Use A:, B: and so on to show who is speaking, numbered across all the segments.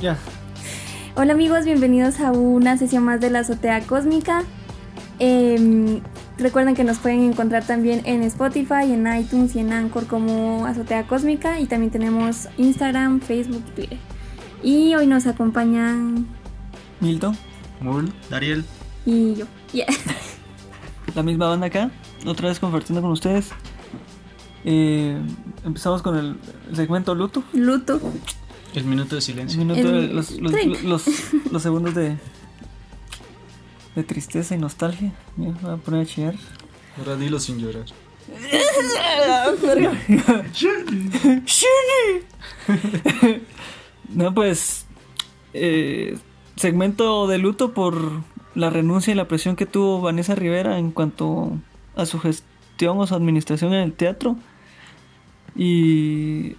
A: Ya.
B: Hola amigos, bienvenidos a una sesión más de la azotea cósmica. Eh, recuerden que nos pueden encontrar también en Spotify, en iTunes y en Anchor como azotea cósmica y también tenemos Instagram, Facebook, Twitter. Y hoy nos acompañan
A: Milton,
C: Mul, Dariel.
B: y yo. Yeah.
A: la misma banda acá, otra vez compartiendo con ustedes. Eh, empezamos con el, el segmento luto.
B: Luto.
C: El minuto de
A: El
C: silencio.
A: minuto de
B: El-
A: los, los-
B: drink.
A: los- los segundos de, de tristeza y nostalgia. Mira, me voy a poner a chillar.
C: Ahora dilo sin llorar.
A: No, pues. eh, segmento de luto por la renuncia y la presión que tuvo Vanessa Rivera en cuanto a su gestión o su administración en el teatro. Y.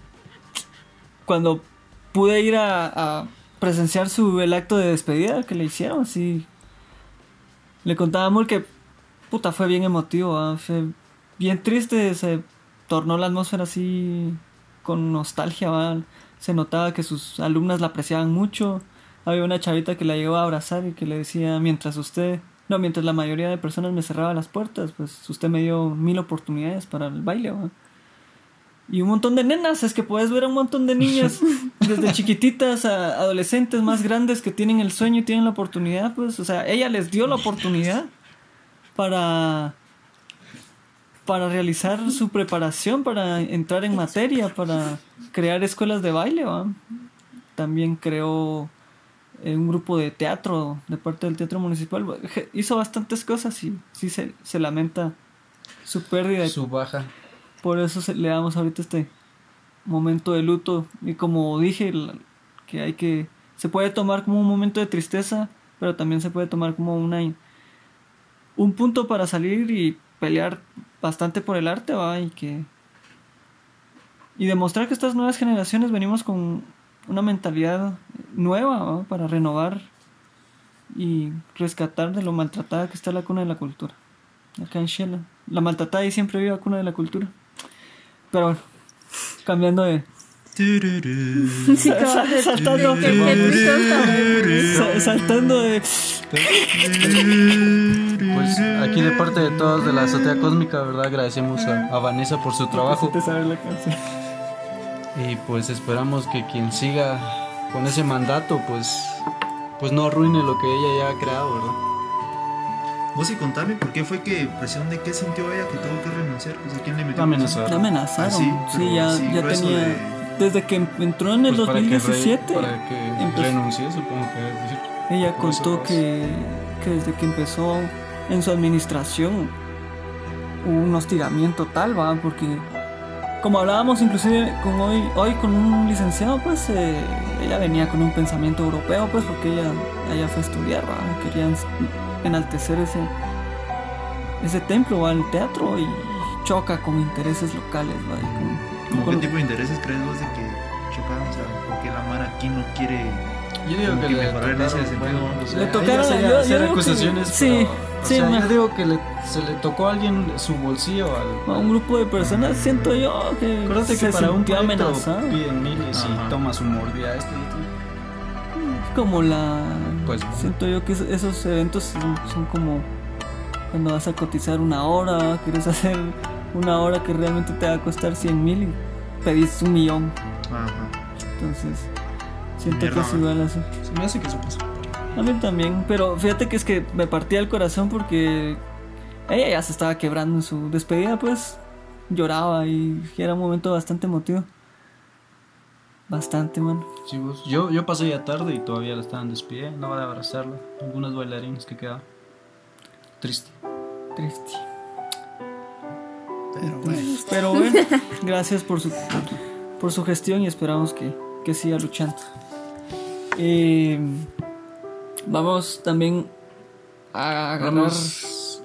A: Cuando pude ir a, a presenciar su, el acto de despedida que le hicieron, sí. Le contaba a Mul que. Puta, fue bien emotivo, ¿ah? fue bien triste, se tornó la atmósfera así con nostalgia, ¿va? se notaba que sus alumnas la apreciaban mucho. Había una chavita que la llegó a abrazar y que le decía, mientras usted, no, mientras la mayoría de personas me cerraba las puertas, pues usted me dio mil oportunidades para el baile. ah". ¿va? Y un montón de nenas, es que puedes ver a un montón de niñas, desde chiquititas a adolescentes más grandes que tienen el sueño y tienen la oportunidad, pues, o sea, ella les dio la oportunidad para para realizar su preparación, para entrar en materia, para crear escuelas de baile. ¿va? También creó eh, un grupo de teatro de parte del Teatro Municipal. ¿va? Je- Hizo bastantes cosas y sí se, se lamenta su pérdida. y
C: Su baja.
A: Por eso se- le damos ahorita este momento de luto. Y como dije, la- que hay que... Se puede tomar como un momento de tristeza, pero también se puede tomar como una un punto para salir y pelear bastante por el arte, va, y que y demostrar que estas nuevas generaciones venimos con una mentalidad nueva ¿va? para renovar y rescatar de lo maltratada que está la cuna de la cultura. Acá en Shela. La maltratada y siempre viva cuna de la cultura. Pero bueno, cambiando de...
B: Sí, como-
A: saltando,
B: Qué- qué tristeza.
A: sa- saltando de...
D: Pues aquí de parte de todos de la azotea cósmica, ¿verdad? Agradecemos a, a Vanessa por su trabajo
A: Te sabe la canción.
D: y pues esperamos que quien siga con ese mandato pues, pues no arruine lo que ella ya ha creado, ¿verdad?
E: Vos y contame por qué fue que presión de qué sintió ella que tuvo que renunciar, pues a quién le metió
D: La
E: presión?
A: La
D: amenazaron.
A: amenazaron.
E: Ah,
A: sí,
E: sí, pero
A: ya,
E: sí,
A: ya
E: grueso
A: tenía.
E: de-
A: Desde que entró en el
D: Pues, para que re-
A: 2017,
D: Para que,
A: empezó-
D: renuncie, supongo que es decir.
A: ella
D: por eso
A: contó
D: pues.
A: que, que desde que empezó en su administración hubo un hostigamiento tal, ¿va? Porque, como hablábamos inclusive con hoy, hoy con un licenciado, pues eh, ella venía con un pensamiento europeo, pues porque ella, ella fue a estudiar, ¿va? Querían enaltecer ese, ese templo, ¿va? El teatro y choca con intereses locales, ¿va? Y con-
E: ¿Cómo
A: con-
E: qué tipo de intereses crees vos de que chocaron? O sea, ¿por qué la Mara aquí no quiere?
D: Yo digo
E: Como
D: que,
E: que
D: le
E: mejorar en ese
D: tocaron,
E: sentido,
D: bueno,
E: ¿no?
D: o sea,
A: Le
D: ella
A: tocaron-
D: hace-
A: yo- yo
D: hace
A: digo que-
D: acusaciones,
A: sí,
D: pero, o
A: sí,
D: sea,
A: ma-
D: yo digo que le, se le tocó a alguien su bolsillo al,
A: A un grupo de personas siento yo que
D: Acuérdate que
A: se
D: para un
A: sintió
D: proyecto
A: amenazado.
D: piden miles
E: Ajá.
D: y toma su mordida este y este.
A: Como la...
D: Pues-
A: siento yo que es- esos eventos son, son como cuando vas a cotizar una hora, quieres hacer una hora que realmente te va a costar 100 mil y pedís un millón.
E: Ajá.
A: Entonces, siento
E: Mierda,
A: que es
E: man.
A: igual así.
D: este. Se me hace que eso pasó.
A: A mí también, pero fíjate que es que me partía el corazón porque ella ya se estaba quebrando en su despedida, pues lloraba y era un momento bastante emotivo. Bastante, mano.
D: Sí, vos. Yo, yo pasé ya tarde y todavía la estaban despidiendo, no de abrazarla. Algunos bailarines que quedaban. Triste.
A: Triste.
E: Pero bueno.
A: Pero bueno, gracias por su, por su gestión y esperamos que, que siga luchando. Eh, vamos también a ganar
D: Vamos.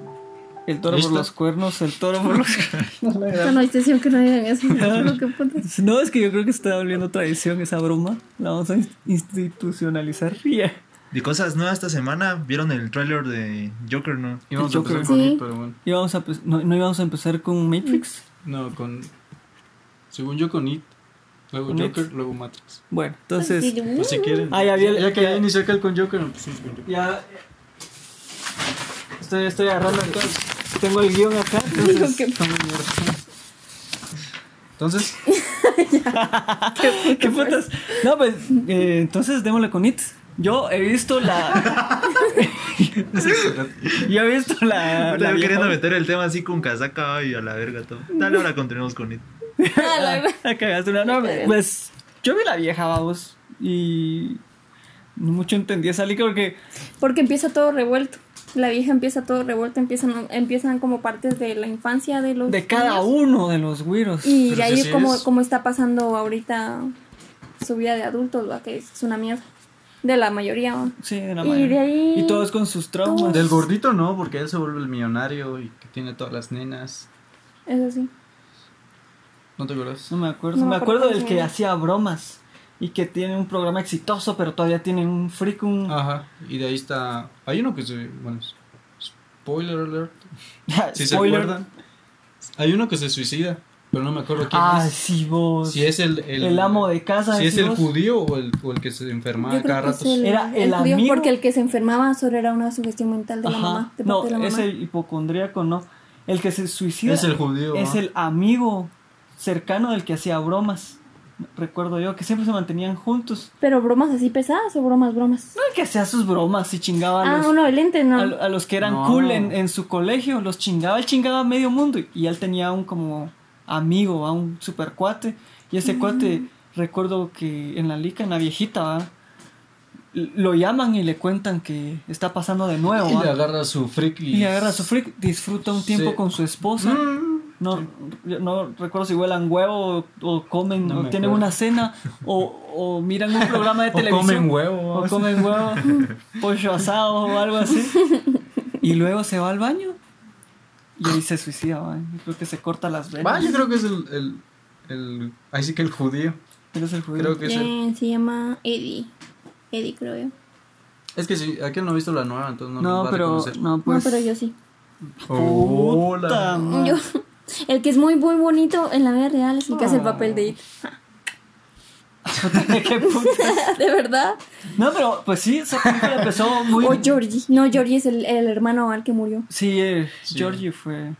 A: el toro
D: ¿Listo?
A: por los cuernos, el toro por los
B: Esta no hay sesión que no digan eso. lo que puta.
A: No, es que yo creo que se está volviendo tradición esa broma. La vamos a in- institucionalizar. Ya.
E: De cosas nuevas esta semana, ¿vieron el tráiler de Joker, no?
D: Íbamos
A: Yo
D: a empezar
A: creo-
D: con
B: Sí.
D: él, pero bueno.
A: Íbamos a, empe- no, no íbamos a empezar con Matrix.
D: No, con. Según yo, con It. Luego
A: Con
D: Joker,
A: X.
D: luego Matrix.
A: Bueno, entonces.
B: Uy,
D: Pues si quieren.
A: Ah, ya vi el-
D: Ya que
A: ya-
D: ya inició acá con Joker, pues, empezamos con Joker.
A: Ya. eh, Estoy, estoy agarrando acá. Tengo el guión acá. Entonces,
B: qué-
A: no, mierda.
D: Entonces,
A: ¿Qué putas? No, pues eh, entonces démosle con It. Yo he visto la. Yo he visto la. la
E: Yo
A: vieja-
E: queriendo meter el tema así con casaca y a la verga todo. Dale, ahora continuemos con it.
B: Ah, la verdad.
A: La cagaste una. No, pues yo vi la vieja, vamos. Y. No mucho entendí esa liga porque.
B: Porque empieza todo revuelto. La vieja empieza todo revuelto, empiezan, empiezan como partes de la infancia de los.
A: De cada
B: niños.
A: uno de los güiros.
B: Y
D: Pero
B: de
D: si
B: ahí
D: así
B: como,
D: es.
B: como está pasando ahorita su vida de adultos, ¿va? que es una mierda. De la mayoría, ¿va?
A: Sí, de la
B: Y
A: madre.
B: de ahí-
A: Y todos con sus traumas.
D: del gordito no, porque él se vuelve el millonario y que tiene todas las nenas.
B: Eso sí.
D: ¿No te acuerdas?
A: No me acuerdo.
B: No me
A: me
B: acuerdo
A: acuerdo
B: cómo
A: del
B: se
A: que
B: llama.
A: hacía bromas. Y que tiene un programa exitoso, pero todavía tiene un freak, un.
D: Ajá. Y de ahí está. Hay uno que se. Bueno, spoiler alert. Si se acuerdan. Hay uno que se suicida, pero no me acuerdo quién
A: Ah,
D: es.
A: sí, vos.
D: Si es el, el,
A: el, amo de casa.
D: Si es el
A: decimos.
D: judío o el, o el que se enferma
B: Yo
D: a
B: creo
D: cada
B: que es
D: rato.
B: el,
A: Era el
B: judío,
A: amigo.
B: porque el que se enfermaba solo era una sugestión mental de la
A: Ajá.
B: mamá, de
A: No,
B: parte de la mamá.
A: es el hipocondríaco, no. El que se suicida.
D: Es el judío,
A: Es
D: ah.
A: el amigo cercano del que hacía bromas. Recuerdo yo que siempre se mantenían juntos.
B: Pero bromas así pesadas o bromas, bromas.
A: No, el que hacía sus bromas y chingaba a
B: ah,
A: los,
B: uno, el lente, no.
A: a, lo- a los que eran
D: No.
A: cool en, en su colegio. Los chingaba, él chingaba a medio mundo. Y, y él tenía un como amigo, a un super cuate. Y ese cuate, recuerdo que en la lica, en la viejita, ¿va? L- lo llaman y le cuentan que está pasando de nuevo.
D: Y le
A: ¿va?
D: agarra su freak y.
A: Y le agarra a su freak, disfruta un tiempo
D: Sí. Mm.
A: con su esposa. No, yo no recuerdo si huelan huevo o, o comen,
D: No
A: o
D: me
A: tienen
D: acuerdo.
A: una cena, o, o miran un programa de
D: O
A: televisión.
D: comen huevo.
A: O comen huevo, pollo asado o algo así. Y luego se va al baño y ahí se suicida, va. Yo creo que se corta las venas.
D: Va, yo creo que es el. el, el ahí sí que el judío.
A: Eres el judío.
D: Creo que es el.
B: Eh, se llama Eddie. Eddie, creo yo.
D: Es que sí, aquel no ha visto la nueva, entonces no, nos
A: No,
D: va a
A: pero
D: reconocer.
A: no, pues.
B: No, pero yo sí.
A: Puta
D: Hola.
A: madre.
B: Yo- el que es muy, muy bonito en la vida real es el que hace el papel de It.
A: Qué puta.
B: de verdad.
A: No, pero pues sí, esa película empezó muy.
B: O Georgie. No, Georgie es el, el hermano al que murió.
A: Sí, eh,
D: Sí.
A: Georgie fue.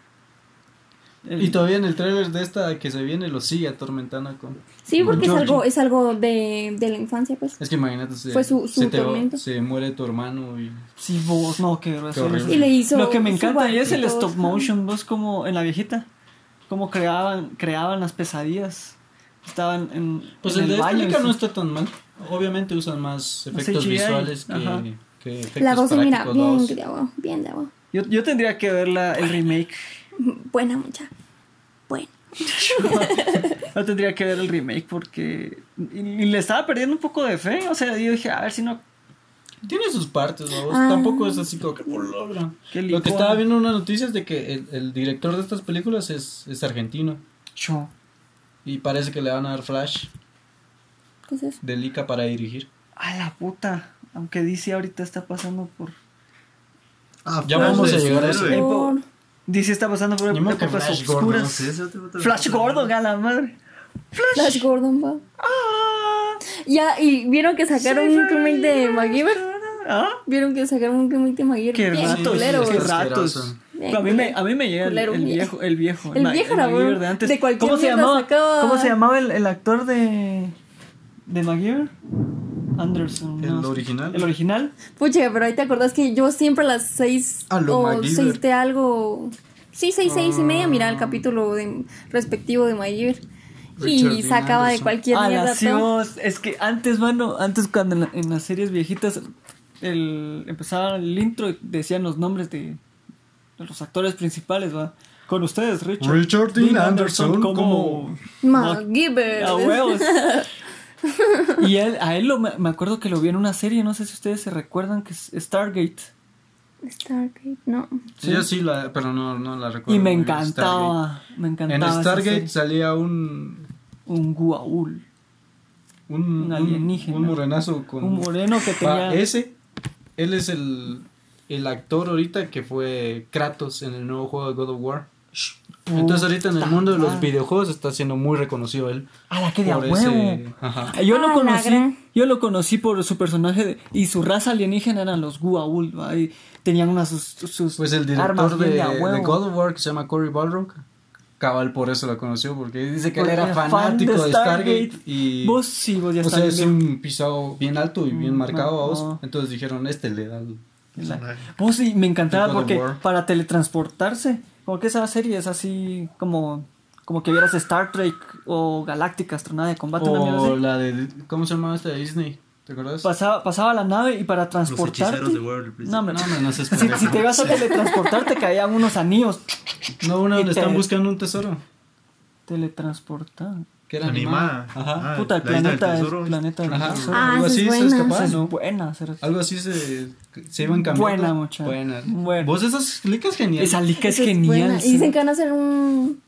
A: el-
D: Y todavía en el trailer de esta que se viene lo sigue atormentando con.
B: Sí,
D: con
B: porque es
D: Georgie.
B: algo, es algo de, de la infancia, pues.
D: Es que imagínate, se,
B: Fue su- su
D: se, te va-
B: tormento.
D: se muere tu hermano y.
A: Sí, vos, no, qué grueso.
D: horrible.
B: Y le hizo
A: Lo que me
B: su
A: encanta ahí es el
B: barquito,
A: stop
B: ajá.
A: motion, vos como en la viejita, como creaban, creaban las pesadillas. Estaban en,
D: Pues
A: en
D: el, de esta
A: baño,
D: liga
A: y
D: no
A: sí.
D: está tan mal. Obviamente usan más efectos
A: CGI,
D: visuales
A: ajá.
D: que, que efectos
B: La voz se mira
D: prácticos,
B: bien
D: vamos.
B: de agua, bien de agua.
A: Yo, yo tendría que ver la, el remake.
B: Buena mucha. Buena.
A: Yo tendría que ver el remake porque y, y le estaba perdiendo un poco de fe. O sea, yo dije, a ver si no.
D: Tiene sus partes, ¿no?
B: Ah.
D: Tampoco es así como que por logra.
A: Qué
D: Lo
A: licor.
D: que estaba viendo en una noticia es de que el, el director de estas películas es, es argentino.
A: Cho.
D: Y parece que le van a dar Flash
B: ¿Qué es pues eso?
D: de Lika para dirigir.
A: A la puta. Aunque DC ahorita está pasando por.
E: Ah,
D: Ya vamos a llegar a eso.
E: superhéroe.
A: Epo- DC está pasando por
D: Ni modo que
A: épocas
D: Flash
A: oscuras.
E: No sé, ese otro- otro-
A: Flash Gordon, a la madre. Ah.
B: Flash Gordon, va. Ya, y vieron que sacaron un remake de MacGyver.
A: ¿Ah?
B: Vieron que sacaron un remake de MacGyver.
A: Qué
B: bien
A: ratos,
B: culero,
D: sí,
A: qué
B: güey.
D: ra-
A: ratos.
D: asqueroso.
B: Bien
A: A mí me, a mí me llega el,
B: culero,
A: el
B: bien.
A: viejo, el viejo.
B: El
A: ma-
B: viejo era
A: MacGyver
B: bueno.
A: de antes.
B: De cualquier
A: ¿Cómo se
B: mierda ah.
A: llamaba?
B: sacaba-
A: ¿Cómo se llamaba el, el actor de de MacGyver? Anderson.
D: ¿El
A: sé.
D: original?
A: El original.
B: Pucha, pero ahí te acordás que yo siempre a las seis
D: A lo
B: o
D: MacGyver.
B: seis de algo. Sí, seis, seis y media, mira
E: Ah.
B: el capítulo de- respectivo de MacGyver.
D: Richard
B: Y
D: Dean
B: sacaba de
D: Anderson.
B: cualquier
A: Ah,
B: mierda.
A: las
B: todo.
A: hicimos- Es que antes, bueno, antes cuando en, la- en las series viejitas el, empezaba el intro y decían los nombres de, de los actores principales, va. Con ustedes, Richard.
D: Richard Dean Anderson
A: como...
B: MacGyver.
A: A huevos. Y él, a él lo, me me acuerdo que lo vi en una serie, no sé si ustedes se recuerdan, que es Stargate.
B: Stargate, no.
D: Sí, Yo sí, la, pero no, no la recuerdo.
A: Y me
D: muy bien,
A: encantaba, me
D: Stargate.
A: encantaba. esa
D: En Stargate
A: serie.
D: salía un.
A: Un guaul.
D: Un, un-
A: alienígena.
D: Un morenazo con. Ah,
A: Un moreno que tenía...
D: Va, ese, él es el, el actor ahorita que fue Kratos en el nuevo juego de God of War. Entonces ahorita en el mundo de los
A: madre.
D: videojuegos está siendo muy reconocido él.
A: A la que de a
D: por
A: huevo.
D: ese- ajá.
A: Yo
B: Ah,
A: lo
B: la
A: conocí,
B: gran.
A: yo lo conocí por su personaje de- y su raza alienígena eran los Guaul, ¿va? y tenían unas sus, sus
D: Pues el director
A: armas
D: de,
A: bien a
D: de
A: huevo.
D: God of War que se llama Cory Balrog. Cabal por eso la conoció, porque dice que
A: Porque
D: él era
A: Pues fan
D: fanático
A: de
D: de, Stargate,
A: Stargate.
D: y
A: Vos sí, vos ya
D: o sea,
A: estás
D: es
A: bien.
D: un pisado bien alto y bien
A: Mm,
D: marcado a
A: ajá.
D: vos. Entonces dijeron, este le da el-
A: La- Vos sí, me encantaba
D: El God of
A: porque
D: War.
A: para teletransportarse, como que esa serie es así como como que vieras Star Trek o Galáctica, astronave de combate, una mierda
D: O
A: así. Pues,
D: la de ¿cómo se llamaba esta de Disney? ¿Te acuerdas?
A: Pasaba, pasaba la nave y para
E: Los
A: transportarte.
E: hechiceros de Waverly Place.
A: No,
D: no,
A: hombre, no.
D: no, no se
A: Si, si te ibas a teletransportar, te caían unos anillos.
D: No, una
A: y
D: donde
A: te-
D: están buscando un tesoro.
A: Teletransportar.
D: Que era
E: Animada.
D: Ajá.
E: Ah,
A: Puta, el
E: la isla del
A: planeta,
E: tesoro,
A: el planeta del
D: Ajá.
A: tesoro.
B: Ah,
D: Algo
B: esa
D: así
B: es
D: se
B: buena.
D: escapaban,
A: Esa
D: ¿no?
A: es buena, cerote.
D: Algo así se, se iban cambiando.
A: Buena, muchacha.
D: Buena.
A: Bueno.
D: Vos esas clicas geniales.
A: Esa lica es
B: Esa buena.
A: genial.
B: Y dicen que van a hacer un.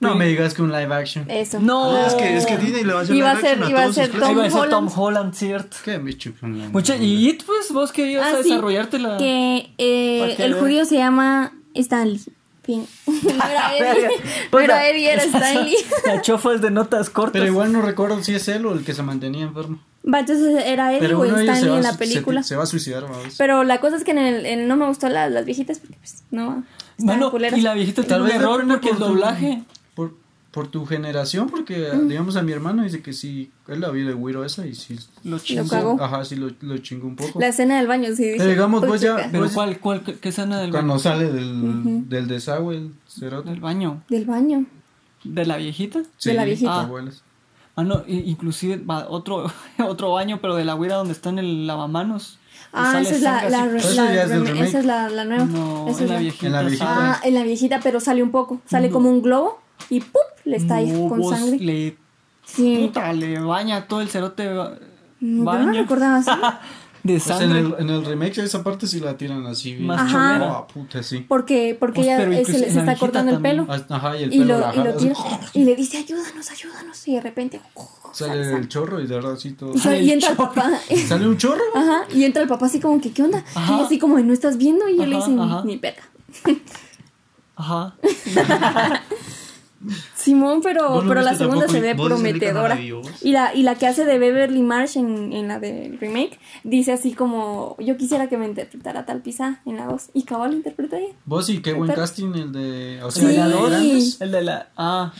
D: No me digas que un live action.
A: Eh.
B: Eso.
A: No.
E: Ah, es que, es que Disney le va a hacer
B: Iba a
E: live action
B: ser- iba a
E: todos sus
B: ser
E: clásicos.
A: Ahí va a ser Tom
B: Holland.
A: Holland, ¿cierto?
D: Qué me chupan la-
A: Mucha, y It, pues vos que ibas
B: Ah,
A: a
B: sí,
A: desarrollarte la.
B: Que eh,
A: ¿Para qué
B: el
A: ver?
B: judío se llama Stanley. Fin. No era Eddie. No
A: Puta,
B: era Eddie, era Stanley.
A: La chofa es de notas cortas.
D: Pero igual no recuerdo si es él o el que se mantenía enfermo.
B: Va, entonces era Eddie
D: Pero
B: o
D: uno de ellos se
B: Stanley
D: va,
B: en
D: a
B: la
D: su-
B: película.
D: Se, se va a suicidar, vamos.
B: Pero la cosa es que en el, en- no me gustó la- las viejitas porque pues no. estaban
A: Mano,
B: culeras.
A: y la viejita tiene un
D: fue
A: error porque el
D: tu-
A: doblaje.
D: Por, por tu generación, porque digamos a mi hermano dice que sí, él la vio de Wiro esa y sí.
A: Lo
B: Lo
A: chingo.
B: cagó.
D: Ajá, sí lo, lo chingó un poco.
B: La escena del baño, sí. dije,
D: Pero digamos, vos ya-
B: puchica,
A: Pero
D: Pues-
A: ¿cuál, cuál, qué escena del,
D: Cuando sale del, del desagüe, el
A: ba-
D: cerote.
A: del baño?
B: Del baño.
A: ¿De la viejita?
B: de la viejita.
D: tus abuelas.
A: Mano, i- inclusive va otro, otro baño, pero de la güira donde está en el lavamanos. y
B: Ah,
A: sale
B: esa es la,
A: sangre
B: la,
A: así.
B: re-
D: Eso
B: la
D: ya es del
B: reme-
D: remake.
B: esa es la, la nueva.
A: No,
B: Esa
A: en
B: es
A: la
B: la-
A: viejita.
D: En la viejita. pues.
A: sale-
B: Ah, en la viejita, pero sale un poco. Sale como un globo y ¡pum! le está ahí
A: No,
B: con
A: vos
B: sangre.
A: Le,
B: Sí.
A: puta, le baña todo el cerote ba-
B: No, yo no
A: baño.
B: recordaba así.
A: de
D: Pues en,
A: sangre.
D: el, en el remake esa parte sí la tiran así bien.
A: Más
B: Ajá. cholera.
D: Ah, puta, sí.
B: Porque, porque
A: Pues,
B: ella
A: pero
B: eh, se,
A: incluso
B: le-
A: en
B: se
A: la
B: está
A: viejita
B: cortando el
A: también.
B: pelo.
D: Ajá, y el
B: Y
D: pelo
B: lo,
D: la
B: y lo
D: jala,
B: tira.
D: así,
B: Y le dice, ayúdanos, ayúdanos. Y de repente.
D: sale el chorro y de verdad así todo.
B: Y, sale- y
A: el
B: entra el
A: chorro.
B: papá.
D: ¿Sale un chorro?
B: Ajá. Y entra el papá así como que, ¿qué onda?
A: Ajá.
B: Y así como, ¿no estás viendo? Y yo le
A: Ajá,
B: dice, ni,
A: ajá.
B: ni verga".
A: Ajá.
B: Simón, pero,
E: Vos no
B: pero la
E: viste
B: segunda
E: tampoco,
B: se ve
E: vos dices, Erika, no la
B: prometedora.
E: vi, vos.
B: Y la, y la que hace de Beverly Marsh en, en la del remake dice así como: Yo quisiera que me interpretara tal pizza en la voz. Y cabal interpreta ella.
D: Vos y qué buen
B: Pero-
D: casting el de. O sea,
A: El de
B: Sí.
A: la
D: el de
A: dos,
D: grandes.
A: El de la. Ah,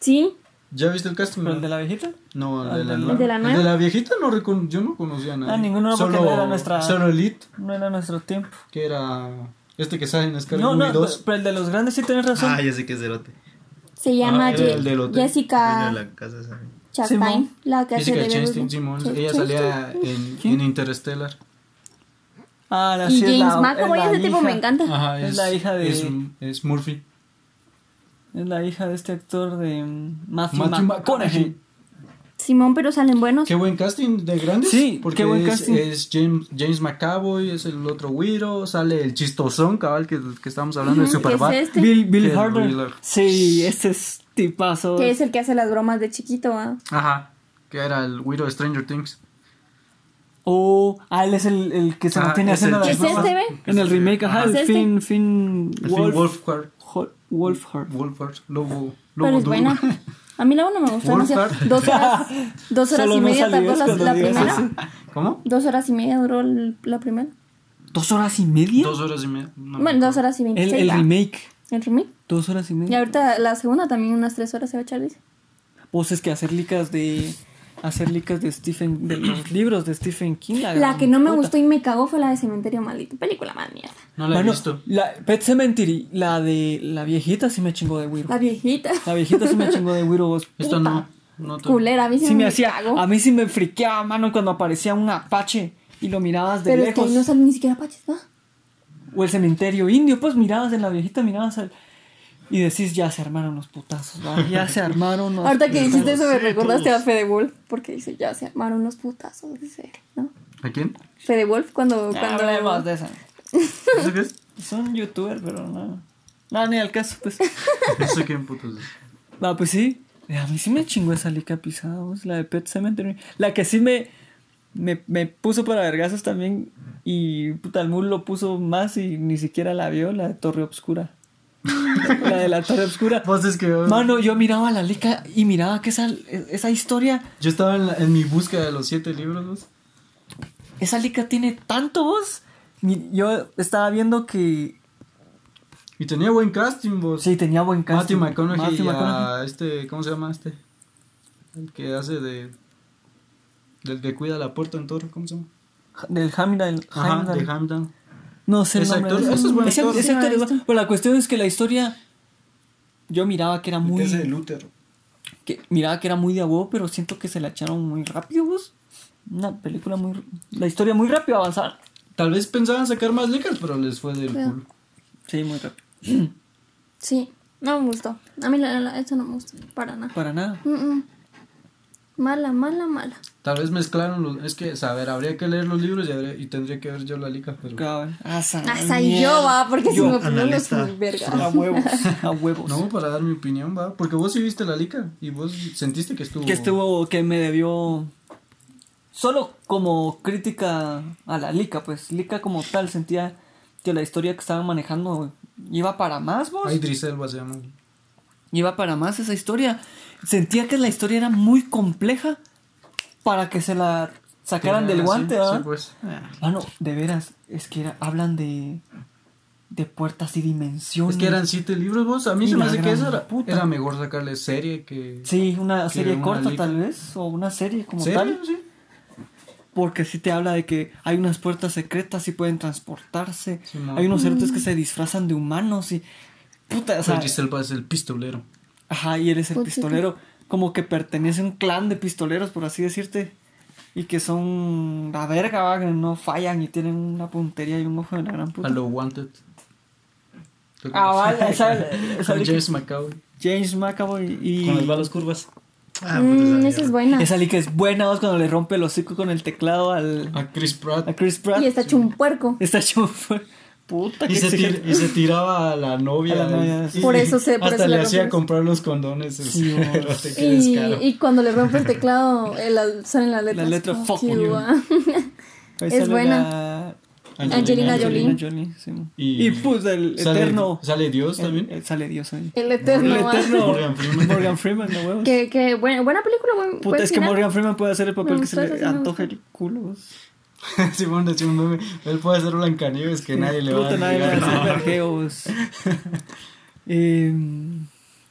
B: Sí,
D: ¿Ya viste el casting?
A: pero el de la viejita.
D: No,
A: Ah,
D: el de la,
A: el
D: nueva.
B: de la nueva.
D: El de la viejita no recon- yo no conocía a nadie.
A: Ah, ninguno, porque
D: solo,
A: no era nuestra-
D: Solo Elite,
A: No era nuestro tiempo.
D: que era este que sale en Sky
A: No, no,
D: 2.
A: pero el de los grandes sí tienes razón.
E: Ah, ya sé que es Derote.
B: se llama
D: Ah,
B: Je-
D: el del hotel.
E: Viene a
B: Jessica
E: la casa esa.
B: Chastain,
A: Simón.
B: la que hace de
D: Jessica
B: Beverly.
D: Chastain, Simón.
B: Ch-
D: Ella
B: Chastain.
D: salía en, en Interstellar.
A: Ah, la
B: Y
A: sí es la-
B: James McAvoy,
A: es la
B: ese tipo me
A: hija-
B: encanta.
D: Ajá,
A: Es la hija de-
D: Es, es Murphy.
A: Es la hija de este actor de mm, Matthew,
D: Matthew
A: McConaughey.
D: McConaughey.
B: Simón, pero salen buenos.
D: Qué buen casting de grandes.
A: Sí,
D: porque
A: qué buen
D: es,
A: casting.
D: es James, James McAvoy, es el otro Wiro, sale el chistosón, cabal, que, que estábamos hablando de
B: Ujú, que
D: Superbad.
B: es este,
A: Bill, Bill
D: Qué
A: Harder.
D: thriller.
A: Sí, ese es tipazo.
B: que es el que hace las bromas de chiquito. ¿ah?
D: Ajá, que era el Wiro de Stranger Things.
A: Oh, ah, él es el, el que se
D: Ah,
A: mantiene
D: es el
A: haciendo las
B: ¿Es
A: bromas.
B: este, ve?
A: En el remake, ajá,
B: ¿Es
A: el
B: este?
A: Finn, Finn
D: El Finn
A: Wolf,
D: Wolfhard.
A: Ho- Wolfhard.
D: Wolfhard, Lobo.
B: Pero
D: Lobo
B: es
D: Duro.
B: buena. A mí la uno me gustó demasiado.
D: Wolfhard.
B: Dos horas, dos horas
A: Solo
B: y
A: no
B: media tardó
A: salías
B: la,
A: cuando
B: la
A: digas
B: primera.
A: eso.
D: ¿Cómo?
B: Dos horas y media duró el- la primera.
A: ¿Dos horas y media?
D: Dos horas y media. no me
B: Bueno, dos
D: acuerdo.
B: horas y
A: el,
B: veintiséis.
A: el
B: ah,
A: remake.
B: El remake.
A: Dos horas y
B: Y
A: media.
B: ahorita la segunda también unas tres horas se va a echar, dice.
A: Pues es que hacer licas de. Hacer licas de Stephen. De los libros de Stephen King.
B: La que no me
A: puta.
B: gustó y me cagó fue la de Cementerio Maldito. Película más mierda.
D: No la he
A: Bueno,
D: visto.
A: la Pet Cemetery, la de la viejita sí me chingó de Wiro.
B: La viejita.
A: La viejita sí me chingó de Wiro. vos.
D: Esta no. no te-
B: Culera, a mí se
A: Sí me hacía,
B: cagó.
A: a mí sí me friqueaba, mano, cuando aparecía un apache y lo mirabas de
B: Pero es que
A: lejos.
B: ahí no salen ni siquiera paches, ¿no?
A: O el cementerio indio, pues mirabas en la viejita, mirabas al... Y decís, ya se armaron los putazos, ¿va? ya se armaron los
B: Ahorita que dijiste eso me
E: sí,
B: recordaste a
E: todos.
B: Fede Wolf. Porque dice, ya se armaron los putazos, dice él, ¿no?
D: ¿A quién?
B: Fede Wolf cuando...
A: Ah,
B: cuando...
A: hablemos de esa.
D: ¿Eso qué es?
A: Son youtubers, pero no. No, ni al caso, pues.
D: No sé quién putos es.
A: No, pues sí. A mí sí me chingó esa lica pisada, vos, la de Pet Cemetery. La que sí me, me, me puso para vergazos también. Y puta, el mul lo puso más y ni siquiera la vio, la de Torre Obscura. la de la torre oscura.
D: Vos Pues es que.
A: Mano, yo miraba la leca y miraba que esa, esa historia,
D: Yo estaba en, la- en mi búsqueda de los siete libros, vos.
A: esa leca tiene tanto voz. Mi- Yo estaba viendo que
D: Y tenía buen casting, vos.
A: sí tenía buen casting.
D: Matthew McConaughey
A: Matthew
D: y a
A: McConaughey.
D: este, ¿cómo se llama este? El que hace de del que cuida la puerta en Toro, ¿cómo se llama?
A: Ja- Del Hamdan.
D: Ajá,
A: Hamdan.
D: de Hamdan.
A: No sé el
D: Ese
A: nombre. de
D: actor- ese es buen
A: Ese-
D: actor.
A: ese actor
B: Sí,
A: es
B: ahí
A: bueno. Pero la cuestión es que la historia. Yo miraba que era
E: El que
A: muy.
E: hace de Luther.
A: que miraba que era muy de a huevo, pero siento que se la echaron muy rápido, vos. Una película muy. La historia muy rápido avanzar.
D: Tal vez pensaban sacar más lecas, pero les fue del
B: Cuidado.
D: culo.
A: Sí, muy rápido.
B: Sí, no me gustó. A mí la, la- eso no me gustó, para nada.
A: Para nada.
B: Mm, mm. Mala, mala, mala.
D: Tal vez mezclaron los, es que saber, habría que leer los libros y, habría- y tendría que ver yo la lica, pero
A: Cabal. Ah, esa
B: Hasta ahí yo va, porque si
A: Yo,
B: me opinión es
E: analista.
B: muy verga.
A: A huevos. A huevos.
D: no para dar mi opinión, va, porque vos sí viste la lica y vos sentiste que estuvo
A: Que estuvo. Que me debió. Solo como crítica a la Lica, pues. Lica como tal sentía que la historia que estaban manejando iba para más, vos.
D: Ay, Driselva se llama.
A: Iba para más esa historia. Sentía que la historia era muy compleja para que se la sacaran del
D: Sí,
A: guante,
D: sí,
A: ¿verdad?
D: pues.
A: Ah, no, de veras, es que era- hablan de, de puertas y dimensiones.
D: Es que eran siete libros, vos. A mí
A: Y
D: se me
A: la
D: hace que
A: gran
D: eso era,
A: puta.
D: era mejor sacarle serie que.
A: Sí, una
D: que
A: serie
D: una
A: corta
D: lica.
A: tal vez, o una serie como
D: ¿Serie?
A: tal.
D: Sí.
A: Porque sí te habla de que hay unas puertas secretas y pueden transportarse.
D: Sí, no.
A: hay unos seres que se disfrazan de humanos y... Puta, o sea,
D: Idris Elba es el pistolero.
A: Ajá, y él es el
B: Pues sí.
A: pistolero. Como que pertenece a un clan de pistoleros, por así decirte. Y que son la verga, va, que no fallan y tienen una puntería y un ojo de la gran puta.
D: A lo Wanted.
A: Ah, vale, esa, esa
D: Con
A: lica-
D: James McAvoy.
A: James McAvoy y...
C: Con las balas curvas.
E: Ah,
A: pues,
B: Mm,
E: puta,
B: esa es buena.
A: Esa lica es buena, vos, cuando le rompe el hocico con el teclado al...
D: A Chris
A: a
D: Pratt.
A: Chris Pratt.
B: Y está hecho un puerco.
A: Está hecho fue- Puta,
D: Y
A: qué
D: se,
A: exigente.
D: tir- y se tiraba a la novia.
A: A la novia,
D: Y-
B: Por eso se- por
D: Hasta
B: eso
D: le
B: la
D: hacía
B: rompimos.
D: comprar los condones. este
A: Sí,
D: ese
A: vos.
D: cerote, qué
B: Y,
D: descaro.
B: y cuando le rompe el teclado, eh, la- salen las letras.
A: letra fuck
B: you,
A: you.
B: ah.
A: Ahí
B: es
A: sale
B: buena.
A: la-
B: Angelina Jolie.
A: Angelina Jolie, sí.
D: Y-
A: Y, pues el
D: Sale-
A: eterno...
D: Sale Dios
A: el-
D: también.
A: el- sale Dios ahí.
B: El eterno.
A: El
B: ah.
A: eterno
E: Morgan Freeman.
A: Morgan Freeman, no huevos.
B: Que, que buena, buena película, buen, buen
A: Puta, es que
B: final.
A: Morgan Freeman puede hacer el papel
B: Me
A: que
B: gustó
A: se
B: esa,
A: le
B: sí me
A: antoje el culo.
D: Simón decía un meme. Él puede hacer Blancanieves que nadie le va a
A: Puta, nadie le va a
D: negar.
A: hacer vergueos. Eh,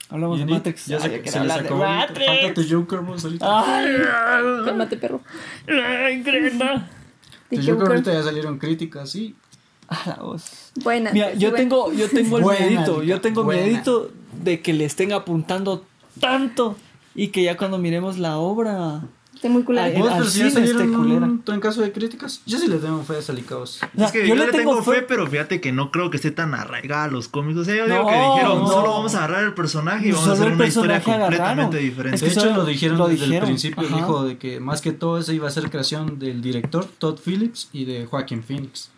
A: Hablamos de
D: Jenny,
A: Matrix.
D: Ya
A: Ay, Ah,
D: se,
A: yo
D: se
A: quiero
D: les
A: hablar de
D: acabó.
A: Matrix.
D: Falta tu Joker, vos ahorita.
B: Que mate perro.
A: Ay, Greta.
D: tu
B: De
D: Joker
B: Joker.
D: ahorita ya salieron críticas, sí.
A: A la voz.
B: Buena.
A: Mira,
B: sí,
A: yo
B: buena.
A: tengo, yo tengo el
D: Buena,
A: miedito, yo
D: Erika,
A: tengo
D: buena.
A: miedito de que le estén apuntando tanto y que ya cuando miremos la obra.
B: Está muy culera.
A: Ay,
D: Vos,
A: al
D: pero si
A: cine
D: ya
A: este
D: salieron
A: culera.
D: un, en caso de críticas, yo sí le tengo fe a Salicaos.
A: O sea,
E: es que yo, le tengo fe, pero fíjate que no creo que esté tan arraigada a los cómics. O sea, yo digo que
A: No,
E: dijeron,
A: no.
E: solo vamos a agarrar el personaje y vamos
A: Solo
E: a hacer
A: el
E: una historia
A: personaje agarraron.
E: completamente
A: Es
E: diferente.
D: de
A: que
D: hecho,
A: solo
D: lo dijeron
A: lo
D: desde
A: dijeron,
D: el principio.
A: ajá.
D: Dijo de que más que todo eso iba a ser creación del director Todd Phillips y de Joaquin Phoenix.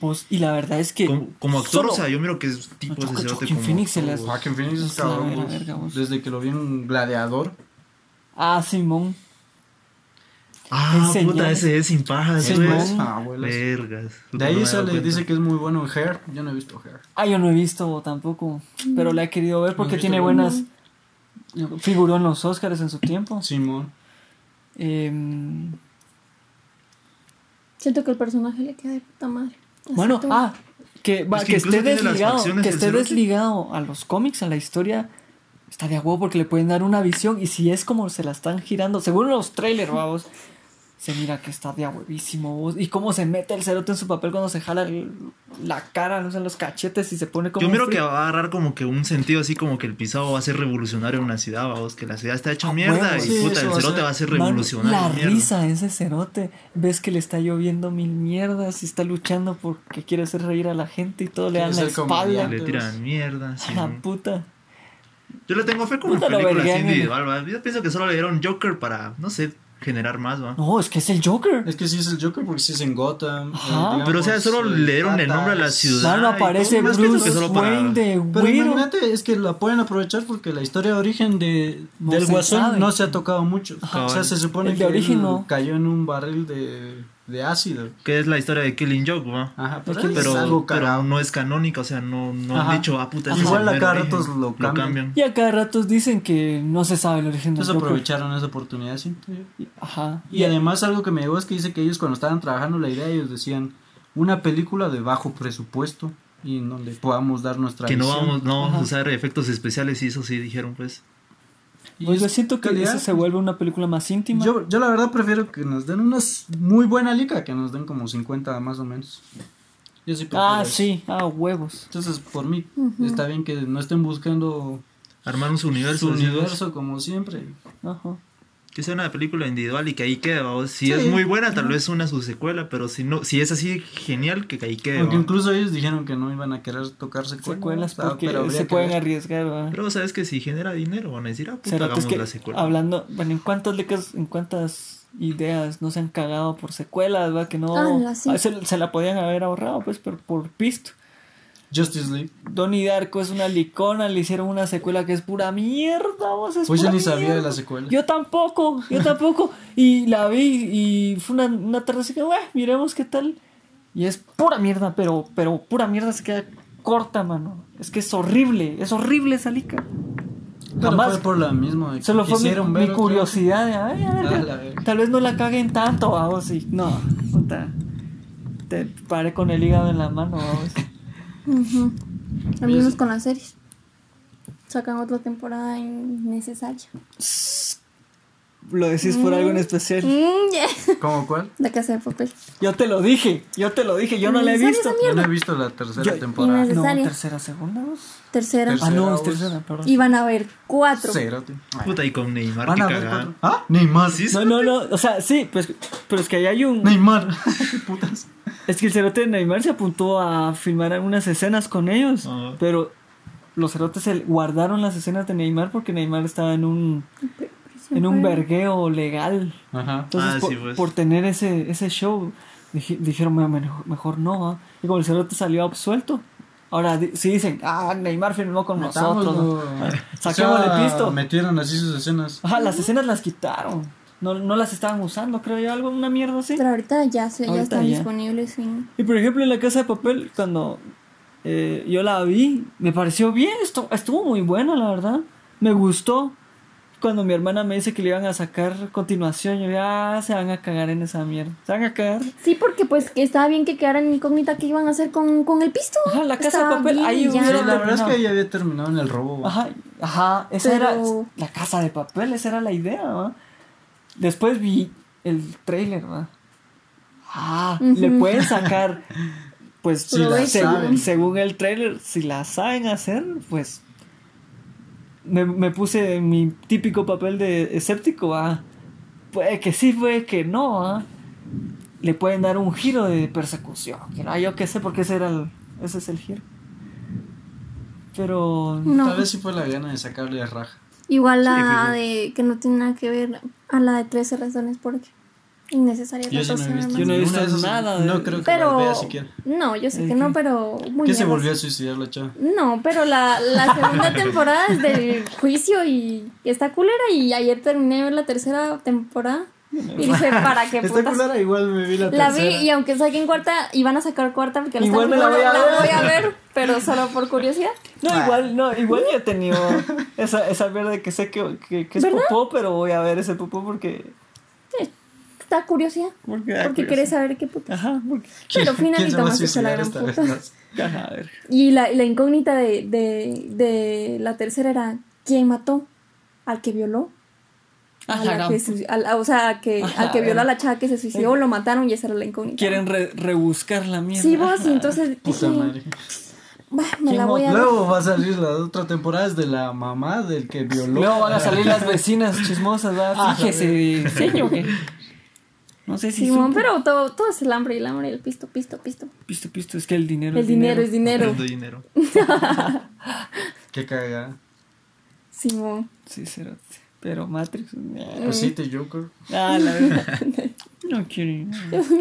A: Pues, y la verdad es que.
E: Como, como actor,
A: solo-
E: o sea, yo miro que es tipo
A: Joaquin-
E: ese cerote
A: Joaquin
E: como.
A: Phoenix se las-
D: Joaquin Phoenix es
A: Es la
D: cabrón.
A: mera
D: vos.
A: verga, vos.
D: Desde que lo vi en Gladiador.
A: Ah, Simón.
E: Ah,
A: Ese
E: puta,
A: ya.
E: ese es sin pajas,
A: Ese
E: güey.
A: no.
D: es- ah, abuelas.
E: Vergas.
D: De
E: No me
D: ahí
E: había dado
D: sale,
E: cuenta.
D: dice que es muy bueno en Hair. Yo no he visto Hair.
A: Ah, yo no he visto tampoco, pero la he querido ver porque
D: ¿No has
A: tiene
D: visto
A: buenas. Figuró en los Oscars en su tiempo.
D: Simón.
A: Em,
B: Siento que el personaje le queda de puta madre. Así
A: bueno,
B: todo.
A: ah, que, va,
E: Es que
A: que,
E: incluso
A: esté
E: tiene las
A: desligado,
E: facciones
A: que
E: del
A: esté
E: cerote.
A: desligado a los cómics, a la historia, está de a huevo porque le pueden dar una visión y si es como se la están girando, según los trailers, vamos, se mira que está de a huevísimo vos, y cómo se mete el cerote en su papel cuando se jala el- la cara, no sé, los cachetes y se pone como...
E: Yo
A: un
E: miro que
A: frío.
E: va a agarrar como que un sentido así como que el pisado va a ser revolucionario en una ciudad, vamos, que la ciudad está hecha mierda
A: huevo,
E: y
D: sí,
E: puta,
D: eso
E: el
D: va a
E: cerote
D: ser-
E: va a ser
A: Mano,
E: revolucionario.
A: La
E: mierda.
A: risa de ese cerote. Ves que le está lloviendo mil mierdas y está luchando porque quiere hacer reír a la gente y todo le dan la
D: Quiere ser
A: espalda.
E: Le tiran mierda. sí,
A: A la
E: ¿no?
A: puta.
E: Yo le tengo fe como en
A: Puta, lo
E: películas
A: verguean en-
E: individual, ¿va? Yo pienso que solo le dieron Joker para, no sé, generar más, ¿va?
A: No, es que es el Joker.
D: Es que sí es el Joker porque sí es en Gotham. eh,
A: Ajá.
E: Pero, o sea, solo le dieron el nombre a la
D: ciudad
E: ciudad.
A: Mano,
E: y
A: aparece
E: todo, más que eso
A: Bruce
E: que solo para-
A: Wayne de
D: Pero
A: güero.
D: imagínate, es que la pueden aprovechar porque la historia de origen de,
A: No
D: del
A: se
D: Guasón
A: sabe.
D: no se ha tocado mucho.
E: Ajá.
D: O sea, se supone
A: El de
D: que él
A: origen no.
D: cayó en un barril de de ácido.
E: Que es la historia de Killing Joke, ¿va?
D: Ajá,
A: Es
D: pero,
A: que
E: Pero,
A: es algo
E: pero no es canónica, o sea, no, no
D: Ajá.
E: han dicho, ah, puta, ese es
D: Igual
E: el
D: a
E: mero
D: cada
E: origen".
D: ratos lo cambian.
A: Y a cada rato dicen que no se sabe el origen del
D: Entonces
A: Joker.
D: aprovecharon esa oportunidad, siento yo.
A: Ajá.
D: Y además algo que me llegó es que dice que ellos cuando estaban trabajando la idea, ellos decían, una película de bajo presupuesto y en donde podamos dar nuestra
E: Que no
D: visión".
E: vamos, no vamos a
A: Ajá.
E: usar efectos especiales y eso sí dijeron, pues.
D: Y
A: Pues yo
D: es
A: siento que
D: calidad.
A: eso se vuelve una película más íntima.
D: Yo, yo la verdad prefiero que nos den unas muy buena lica, que nos den como 50 más o menos. Yo sí prefiero
A: ah,
D: eso.
A: sí, ah, huevos.
D: Entonces, por mí, está bien que no estén buscando
E: Armaron
D: su
E: su universo. así, pues.
D: universo como siempre.
A: Ajá.
E: Que sea una película individual y que ahí quede, ¿va? Si
D: Sí.
E: es muy buena, tal vez una su secuela, pero si no, si es así, genial, que ahí quede.
D: Aunque
E: ¿va?
D: incluso ellos dijeron que no iban a querer tocar secuelas.
A: Secuelas
D: ah,
A: porque
D: pero habría
A: se
D: que
A: pueden
D: ver.
A: arriesgar, ¿verdad?
E: Pero sabes que si genera dinero, van a decir, ah, puta,
A: Cerote,
E: hagamos
A: es que
E: la secuela.
A: hablando, bueno, en cuántas lecas, en cuántas ideas no se han cagado por secuelas, ¿verdad? Que no
B: Ala, sí.
A: a- se, se la podían haber ahorrado, pues, pero por pisto.
D: Justice League.
A: Donnie Darko es una licona, le hicieron una secuela que es pura mierda, vos es
D: Pues yo
A: pura
D: ni sabía de
A: mierda.
D: la secuela.
A: Yo tampoco, yo tampoco. Y la vi y fue una, una tarde así que, "Bueno, miremos qué tal. Y es pura mierda, pero, pero pura mierda se queda corta, mano. Es que es horrible, es horrible esa lica.
D: Pero
A: Jamás-
D: fue por lo mismo. de que
A: Solo fue mi,
D: quisieron
A: mi
D: ver otra-
A: curiosidad de, a ver, a ver,
D: Ah,
A: ya,
D: la verga.
A: tal vez no la caguen tanto, vamos, y no, puta, te paré con el hígado en la mano, vamos.
B: Ujú. Lo
D: Oye,
B: mismo
D: sí.
B: es con las series. Sacan otra temporada innecesaria.
A: Lo decís por algo en especial.
B: Mm, yeah.
D: ¿Cómo cuál?
B: La casa de papel.
A: Yo te lo dije, yo te lo dije, yo no la he
B: ¿En serio
A: visto.
B: esa
D: Yo no he visto la tercera
A: Yo-
D: temporada.
B: Inés-
A: No,
B: Necesaria.
A: tercera, segunda. vos?
B: Tercera.
A: Ah, no,
D: Tercera,
A: es
D: vos.
A: tercera, perdón.
B: Y van a haber cuatro.
D: Cero, tío.
E: Puta, y con Neymar,
D: Van
E: que
D: a ver
E: cagada.
D: cuatro. ¿Ah? Neymar. Sí,
A: No, no, no, o sea, sí, pues, pero es que ahí hay un...
D: Neymar. Putas.
A: Es que el cerote de Neymar se apuntó a filmar algunas escenas con ellos,
E: Ajá.
A: pero los cerotes se guardaron las escenas de Neymar porque Neymar estaba en un en un vergueo legal.
D: Ajá.
A: Entonces,
E: Ah,
A: por,
E: sí, pues.
A: por tener ese, ese show, dije- dijeron, "Mira, mejor, mejor no. ah". Y como el cerote salió absuelto, ahora di- sí dicen, ah, Neymar firmó con nosotros. ¿no?". Saquémosle
D: Saquémosle
A: pisto.
D: Metieron así sus escenas.
A: Ajá, las escenas las quitaron. No, no las estaban usando, creo yo, algo, una mierda así.
B: Pero ahorita ya, se, ya
A: Ahorita
B: están
A: ya.
B: disponibles en
A: Y por ejemplo, en la casa de papel, cuando eh, yo la vi, me pareció bien, estu- estuvo muy buena, la verdad. Me gustó. Cuando mi hermana me dice que le iban a sacar continuación, yo ya ah, se van a cagar en esa mierda. Se van a cagar.
B: Sí, porque pues que estaba bien que quedaran incógnita que iban a hacer con, con el pisto.
A: Ajá, la Casa de
B: Estaba
A: Papel,
B: bien
A: ahí
B: y ya.
D: Sí,
A: hubiera-
D: la verdad es
A: terminado.
D: que ella había terminado en el robo.
A: Ajá, ajá, esa
B: Pero-
A: era la casa de papel, esa era la idea, ¿va? Después vi el trailer, ¿va? Ah, le
B: Ujú.
A: pueden sacar, pues,
D: Si la
A: seg-
D: saben.
A: según, el trailer, si la saben hacer, pues, me, me puse en mi típico papel de escéptico, ¿va? Puede que sí, puede que no, ¿va? Le pueden dar un giro de persecución, que no, yo qué sé, porque ese era el- ese es el giro. Pero
B: No.
D: Tal vez sí fue la gana de sacarle raja.
B: Igual la
E: fijo.
B: de que no tiene nada que ver a la de 13 razones porque innecesaria
D: Yo sí no he visto.
A: Yo no he
D: ninguna
A: visto
D: de esas-
A: nada de-
D: No creo que la
B: Pero
D: vea siquiera.
B: no, yo sé que no, pero muy
D: ¿Qué se
B: bien.
D: volvió a suicidar la chava?
B: No, pero la, la segunda temporada es del juicio y está culera y ayer terminé de ver la tercera temporada y dije, ¿para qué
D: Esta
B: putas?
D: culera igual me vi la
B: La vi
D: tercera.
B: y aunque saquen cuarta, iban a sacar cuarta porque la
A: Igual me
B: están-
A: la voy a ver.
B: voy a ver, pero solo por curiosidad.
A: No, igual, no, igual yo he tenido esa, esa mierda de que sé que, que, que es
B: ¿Verdad?
A: popó, pero voy a ver ese popó porque.
B: Está curiosidad.
A: Porque, da
B: Porque
A: curiosidad.
B: quieres saber qué puta.
A: Ajá, porque.
B: Pero
D: ¿Quién se
B: finalito
D: va a
B: más que la
D: suicidar
B: gran
D: esta vez?
B: puta.
A: Ajá, a ver.
B: Y la, y la incógnita de, de, de la tercera era ¿quién mató? ¿Al que violó? A
A: Ajá,
B: la
A: gran
B: que su- a la- o sea, a que,
A: Ajá,
B: al que violó a la chava que se
A: Ajá.
B: suicidó, lo mataron y esa era la incógnita.
A: Quieren re- rebuscar la mierda.
B: Sí, vos, y
A: Ajá.
B: entonces
D: Puta
B: dije,
D: madre.
B: "Bah, me la
A: ¿Quién
B: voy a ver.
D: Luego va a salir la otra temporada es de la mamá del que violó.
A: Luego van a salir las vecinas chismosas, ¿verdad? Fíjese, señor. que- No sé si.
B: Simón,
A: supo.
B: pero todo, todo es el hambre y el hambre y el pisto, pisto, pisto.
A: Pisto, pisto, es que el dinero.
B: El
A: es
B: dinero es dinero.
E: Comprando dinero.
D: Qué cagada.
B: Simón.
A: Sí, cerote. Pero Matrix.
B: Eh.
A: nah.
D: Pues sí, te Joker.
A: Ah, la verdad. No quiero.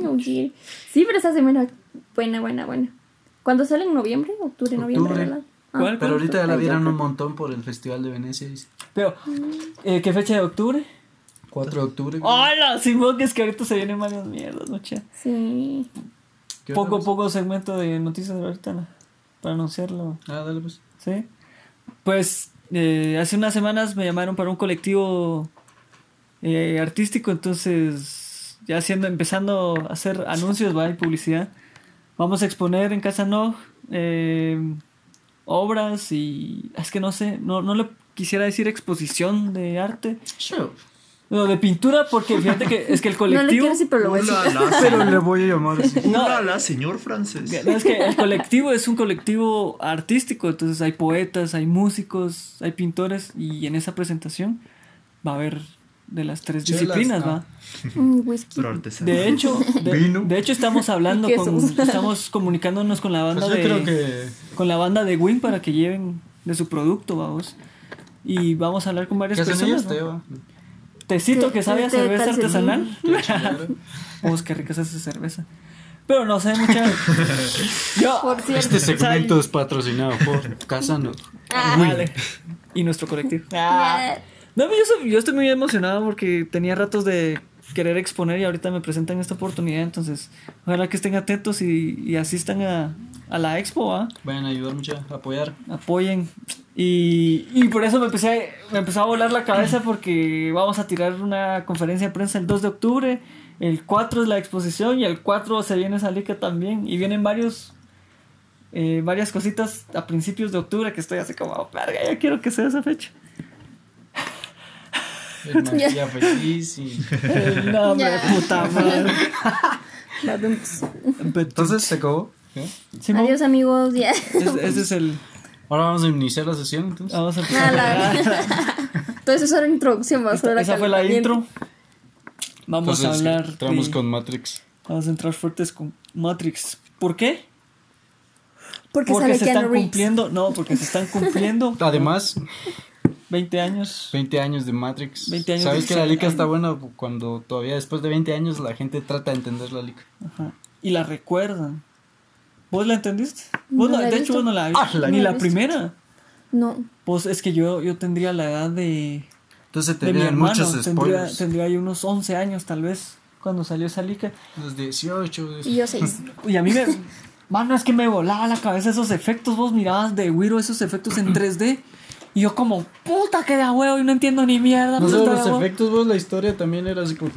B: No, sí. Sí, pero esa semana buena, buena, buena. ¿Cuándo sale? ¿En noviembre? ¿Octubre, noviembre?
D: Octubre.
B: ¿verdad? Ah,
A: ¿Cuál?
D: Pero ahorita ya la
B: Ay,
D: vieron
B: Joker.
D: un montón por el Festival de Venecia. dice.
A: Pero, eh, ¿qué fecha de octubre?
D: 4 de octubre.
A: ¡Hola! Simón, que es que ahorita se vienen varias mierdas, noche.
B: Sí.
D: ¿Qué hora
A: Poco a
D: es?
A: poco segmento de noticias de ahorita ¿no? para anunciarlo.
D: Ah, dale pues.
A: ¿Sí? Pues eh, hace unas semanas me llamaron para un colectivo eh, artístico, entonces ya haciendo, empezando a hacer anuncios, ¿va? Y publicidad. Vamos a exponer en Casa Noj eh, obras y es que no sé, no, no le quisiera decir exposición de arte, no, de pintura, porque fíjate que es que el
B: No le quiero
A: colectivo...
B: decir, pero lo voy a decir.
E: Hola, la,
D: Pero le voy a llamar así.
A: No.
E: hola, la, señor francés.
A: No, es que el colectivo es un colectivo artístico, entonces hay poetas, hay músicos, hay pintores, y en esa presentación va a haber de las tres
D: Chelas,
A: disciplinas,
D: ah.
A: ¿va?
B: Un whisky.
E: Pero artesano.
A: De hecho, de,
D: Vino.
A: de hecho estamos hablando
B: Y
A: con,
B: quesos.
A: estamos comunicándonos con la banda
D: Pues yo
A: de
D: creo que
A: con la banda de Win para que lleven de su producto, vamos. Y vamos a hablar con varias
D: ¿Qué hacen ellos,
A: personas. ¿va?
D: Teo?
A: Tecito que sabe a
B: Té de
A: cerveza
B: calcetín.
A: artesanal.
D: ¿eh?
A: Pues qué rica es esa cerveza. Pero no sé mucha. Yo,
B: Por cierto.
D: Este segmento es patrocinado por Casano.
B: Ah.
A: Vale. Y nuestro colectivo. Ah. No, yo, soy- yo estoy muy emocionado porque tenía ratos de querer exponer y ahorita me presentan esta oportunidad. Entonces, ojalá que estén atentos y, y asistan a, a la expo, ¿va?
D: Vayan a ayudar mucho, a apoyar.
A: apoyen. Y, y por eso me empecé, a- me empezó a volar la cabeza porque vamos a tirar una conferencia de prensa el 2 de octubre, el 4 es la exposición y el 4 se viene Salica también. Y vienen varios, eh, varias cositas a principios de octubre que estoy así como, "Oh, verga, ya quiero que sea esa fecha.
D: El María feliz y.
A: Eh, no, hombre,
B: Ya.
A: puta madre.
B: Nos vemos.
D: Entonces se acabó.
A: Simón,
B: Adiós, amigos. Ya.
A: es- ese es el...
D: Ahora vamos a iniciar la sesión entonces.
A: Vamos a empezar.
B: Ah, Entonces, eso era la introducción. más
A: Esa, esa fue la intro. Vamos
D: Entonces,
A: a hablar.
D: Entramos
A: de-
D: con Matrix.
A: Vamos a entrar fuertes con Matrix. ¿Por qué?
B: Porque,
A: porque
B: sale
A: se están
B: Keanu Reeves.
A: cumpliendo, no, porque se están cumpliendo
D: Además,
A: 20 años.
D: 20 años de Matrix.
A: 20 años
D: Sabes
A: de-
D: que la lica está buena cuando todavía después de 20 años la gente trata de entender la lica.
A: Ajá. Y la recuerdan. ¿Vos la entendiste? Vos
B: No
A: no-
B: la he
A: de hecho,
B: visto.
A: vos no la
D: Ah,
A: viste.
D: la-
A: Ni
B: No la
A: la
B: he visto.
A: primera.
B: No.
A: Pues es que yo, yo tendría la edad de,
E: Entonces
A: de mi
E: tenían
A: hermano.
E: muchos
A: Tendría,
E: spoilers.
A: tendría yo unos 11 años tal vez cuando salió esa lica.
D: Los 18.
B: Y yo seis.
A: Y a mí me... Mano, es que me volaba la cabeza esos efectos. Vos mirabas de Wiro esos efectos en 3D. Y yo como, puta que da huevo y no entiendo ni mierda.
D: No
A: pero
D: solo
A: está
D: los
A: de huevo".
D: efectos, vos, la historia también era así como.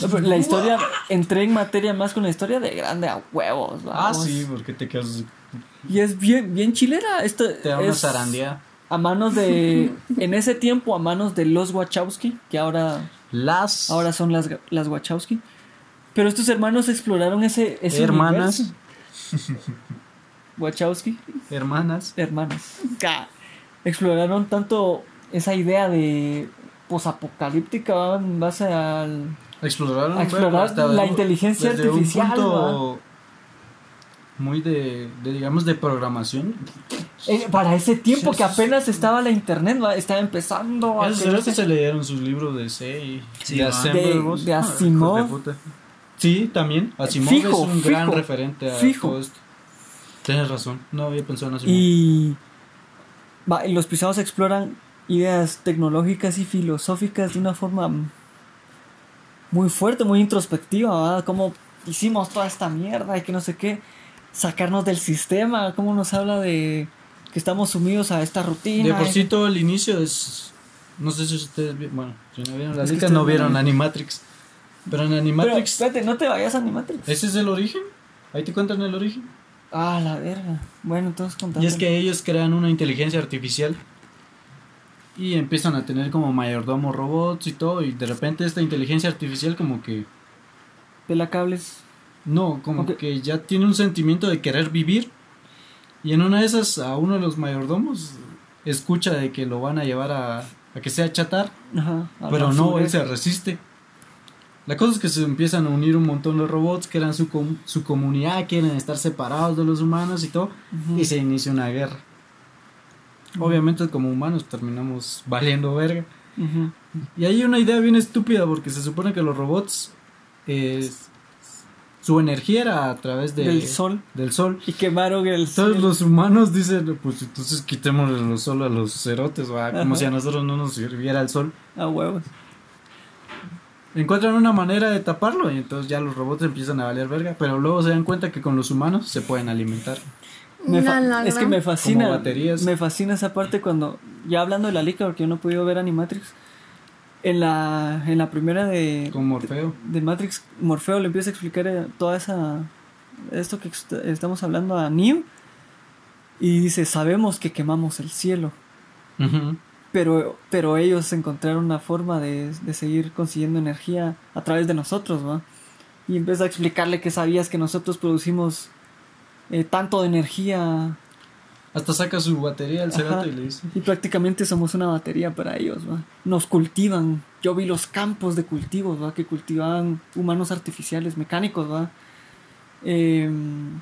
A: No, pero la historia, entré en materia más con la historia de grande a huevos.
D: Ah,
A: vamos.
D: sí, porque te quedas así.
A: Y es bien, bien chilera. Esto
D: Te da una
A: es
D: zarandía.
A: A manos de. En ese tiempo, a manos de los Wachowski, que ahora,
D: Las
A: ahora son las, las Wachowski. Pero estos hermanos exploraron ese. ese
D: hermanas.
A: universo. Wachowski,
D: Hermanas.
A: hermanas. Ga. Exploraron tanto esa idea de posapocalíptica ¿va? en base al.
D: Exploraron
A: A explorar
D: bueno, hasta
A: la
D: de-
A: inteligencia
D: desde un
A: artificial,
D: punto muy de, de, digamos, de programación.
A: Eh, para ese tiempo que apenas estaba la internet, ¿va? estaba empezando a
D: Esos
A: tener-
D: cerotes se leyeron sus libros de C y
E: Sí,
D: de
E: va.
D: Assembler,
A: De-
D: vos.
A: de
D: Ah,
A: Asimov.
D: hijos de puta. Sí, también. Asimov
A: Fijo,
D: es un gran
A: fijo,
D: referente a
A: fijo.
D: todo esto. Tienes razón, no había pensado en Asimov.
A: Y, va, y los pisados exploran ideas tecnológicas y filosóficas de una forma muy fuerte, muy introspectiva, ¿va? Cómo hicimos toda esta mierda y que no sé qué, sacarnos del sistema, cómo nos habla de que estamos sumidos a esta rutina.
D: de por
A: y-
D: sí todo el inicio es... No sé si ustedes... vi- Bueno, si no vieron la
A: Es que
D: lica,
A: estoy
D: no vieron
A: viendo.
D: Animatrix. Pero en
A: Pero,
D: Animatrix...
A: espérate, no te vayas a Animatrix.
D: ¿Ese es el origen? Ahí te cuentan el origen.
A: Ah, la verga. Bueno, entonces contame.
D: Y es que ellos crean una inteligencia artificial y empiezan a tener como mayordomo robots y todo y de repente esta inteligencia artificial como que
A: De la cables.
D: no, como
A: Ok.
D: que ya tiene un sentimiento de querer vivir y en una de esas a uno de los mayordomos escucha de que lo van a llevar a, a que sea chatar,
A: Ajá. a la
D: pero no,
A: basura.
D: él se resiste. La cosa es que se empiezan a unir un montón de robots, que eran su, com- su comunidad, quieren estar separados de los humanos y todo
A: Ujú.
D: y se inicia una guerra. Obviamente como humanos terminamos valiendo verga.
A: Ujú.
D: Y hay una idea bien estúpida porque se supone que los robots, eh, su energía era a través de-
A: Del sol.
D: Del sol.
A: Y quemaron el
D: Entonces pues,
A: el-
D: los humanos dicen, pues entonces quitémosle los sol a los cerotes, ¿va? como
A: Ajá.
D: si a nosotros no nos sirviera el sol.
A: A huevos.
D: encuentran una manera de taparlo y entonces ya los robots empiezan a valer verga, pero luego se dan cuenta que con los humanos se pueden alimentar.
A: Me fa-
B: La, la,
A: es
B: la.
A: que me
D: Como
A: fascina.
D: baterías.
A: Me fascina esa parte cuando. Ya hablando de la lica, porque yo no he podido ver Animatrix. En la, en la primera de,
D: Con Morfeo.
A: de Matrix, Morfeo le empieza a explicar eh, toda esa. Esto que est- estamos hablando a Neo. Y dice: Sabemos que quemamos el cielo.
D: Ujú.
A: Pero, pero ellos encontraron una forma de, de seguir consiguiendo energía a través de nosotros, ¿va? Y empieza a explicarle que sabías que nosotros producimos eh, tanto de energía
D: Hasta saca su batería al
A: Ajá.
D: cerato y le dice.
A: y prácticamente somos una batería para ellos, ¿va? Nos cultivan. Yo vi los campos de cultivos, ¿va? Que cultivaban humanos artificiales, mecánicos, ¿va? Em,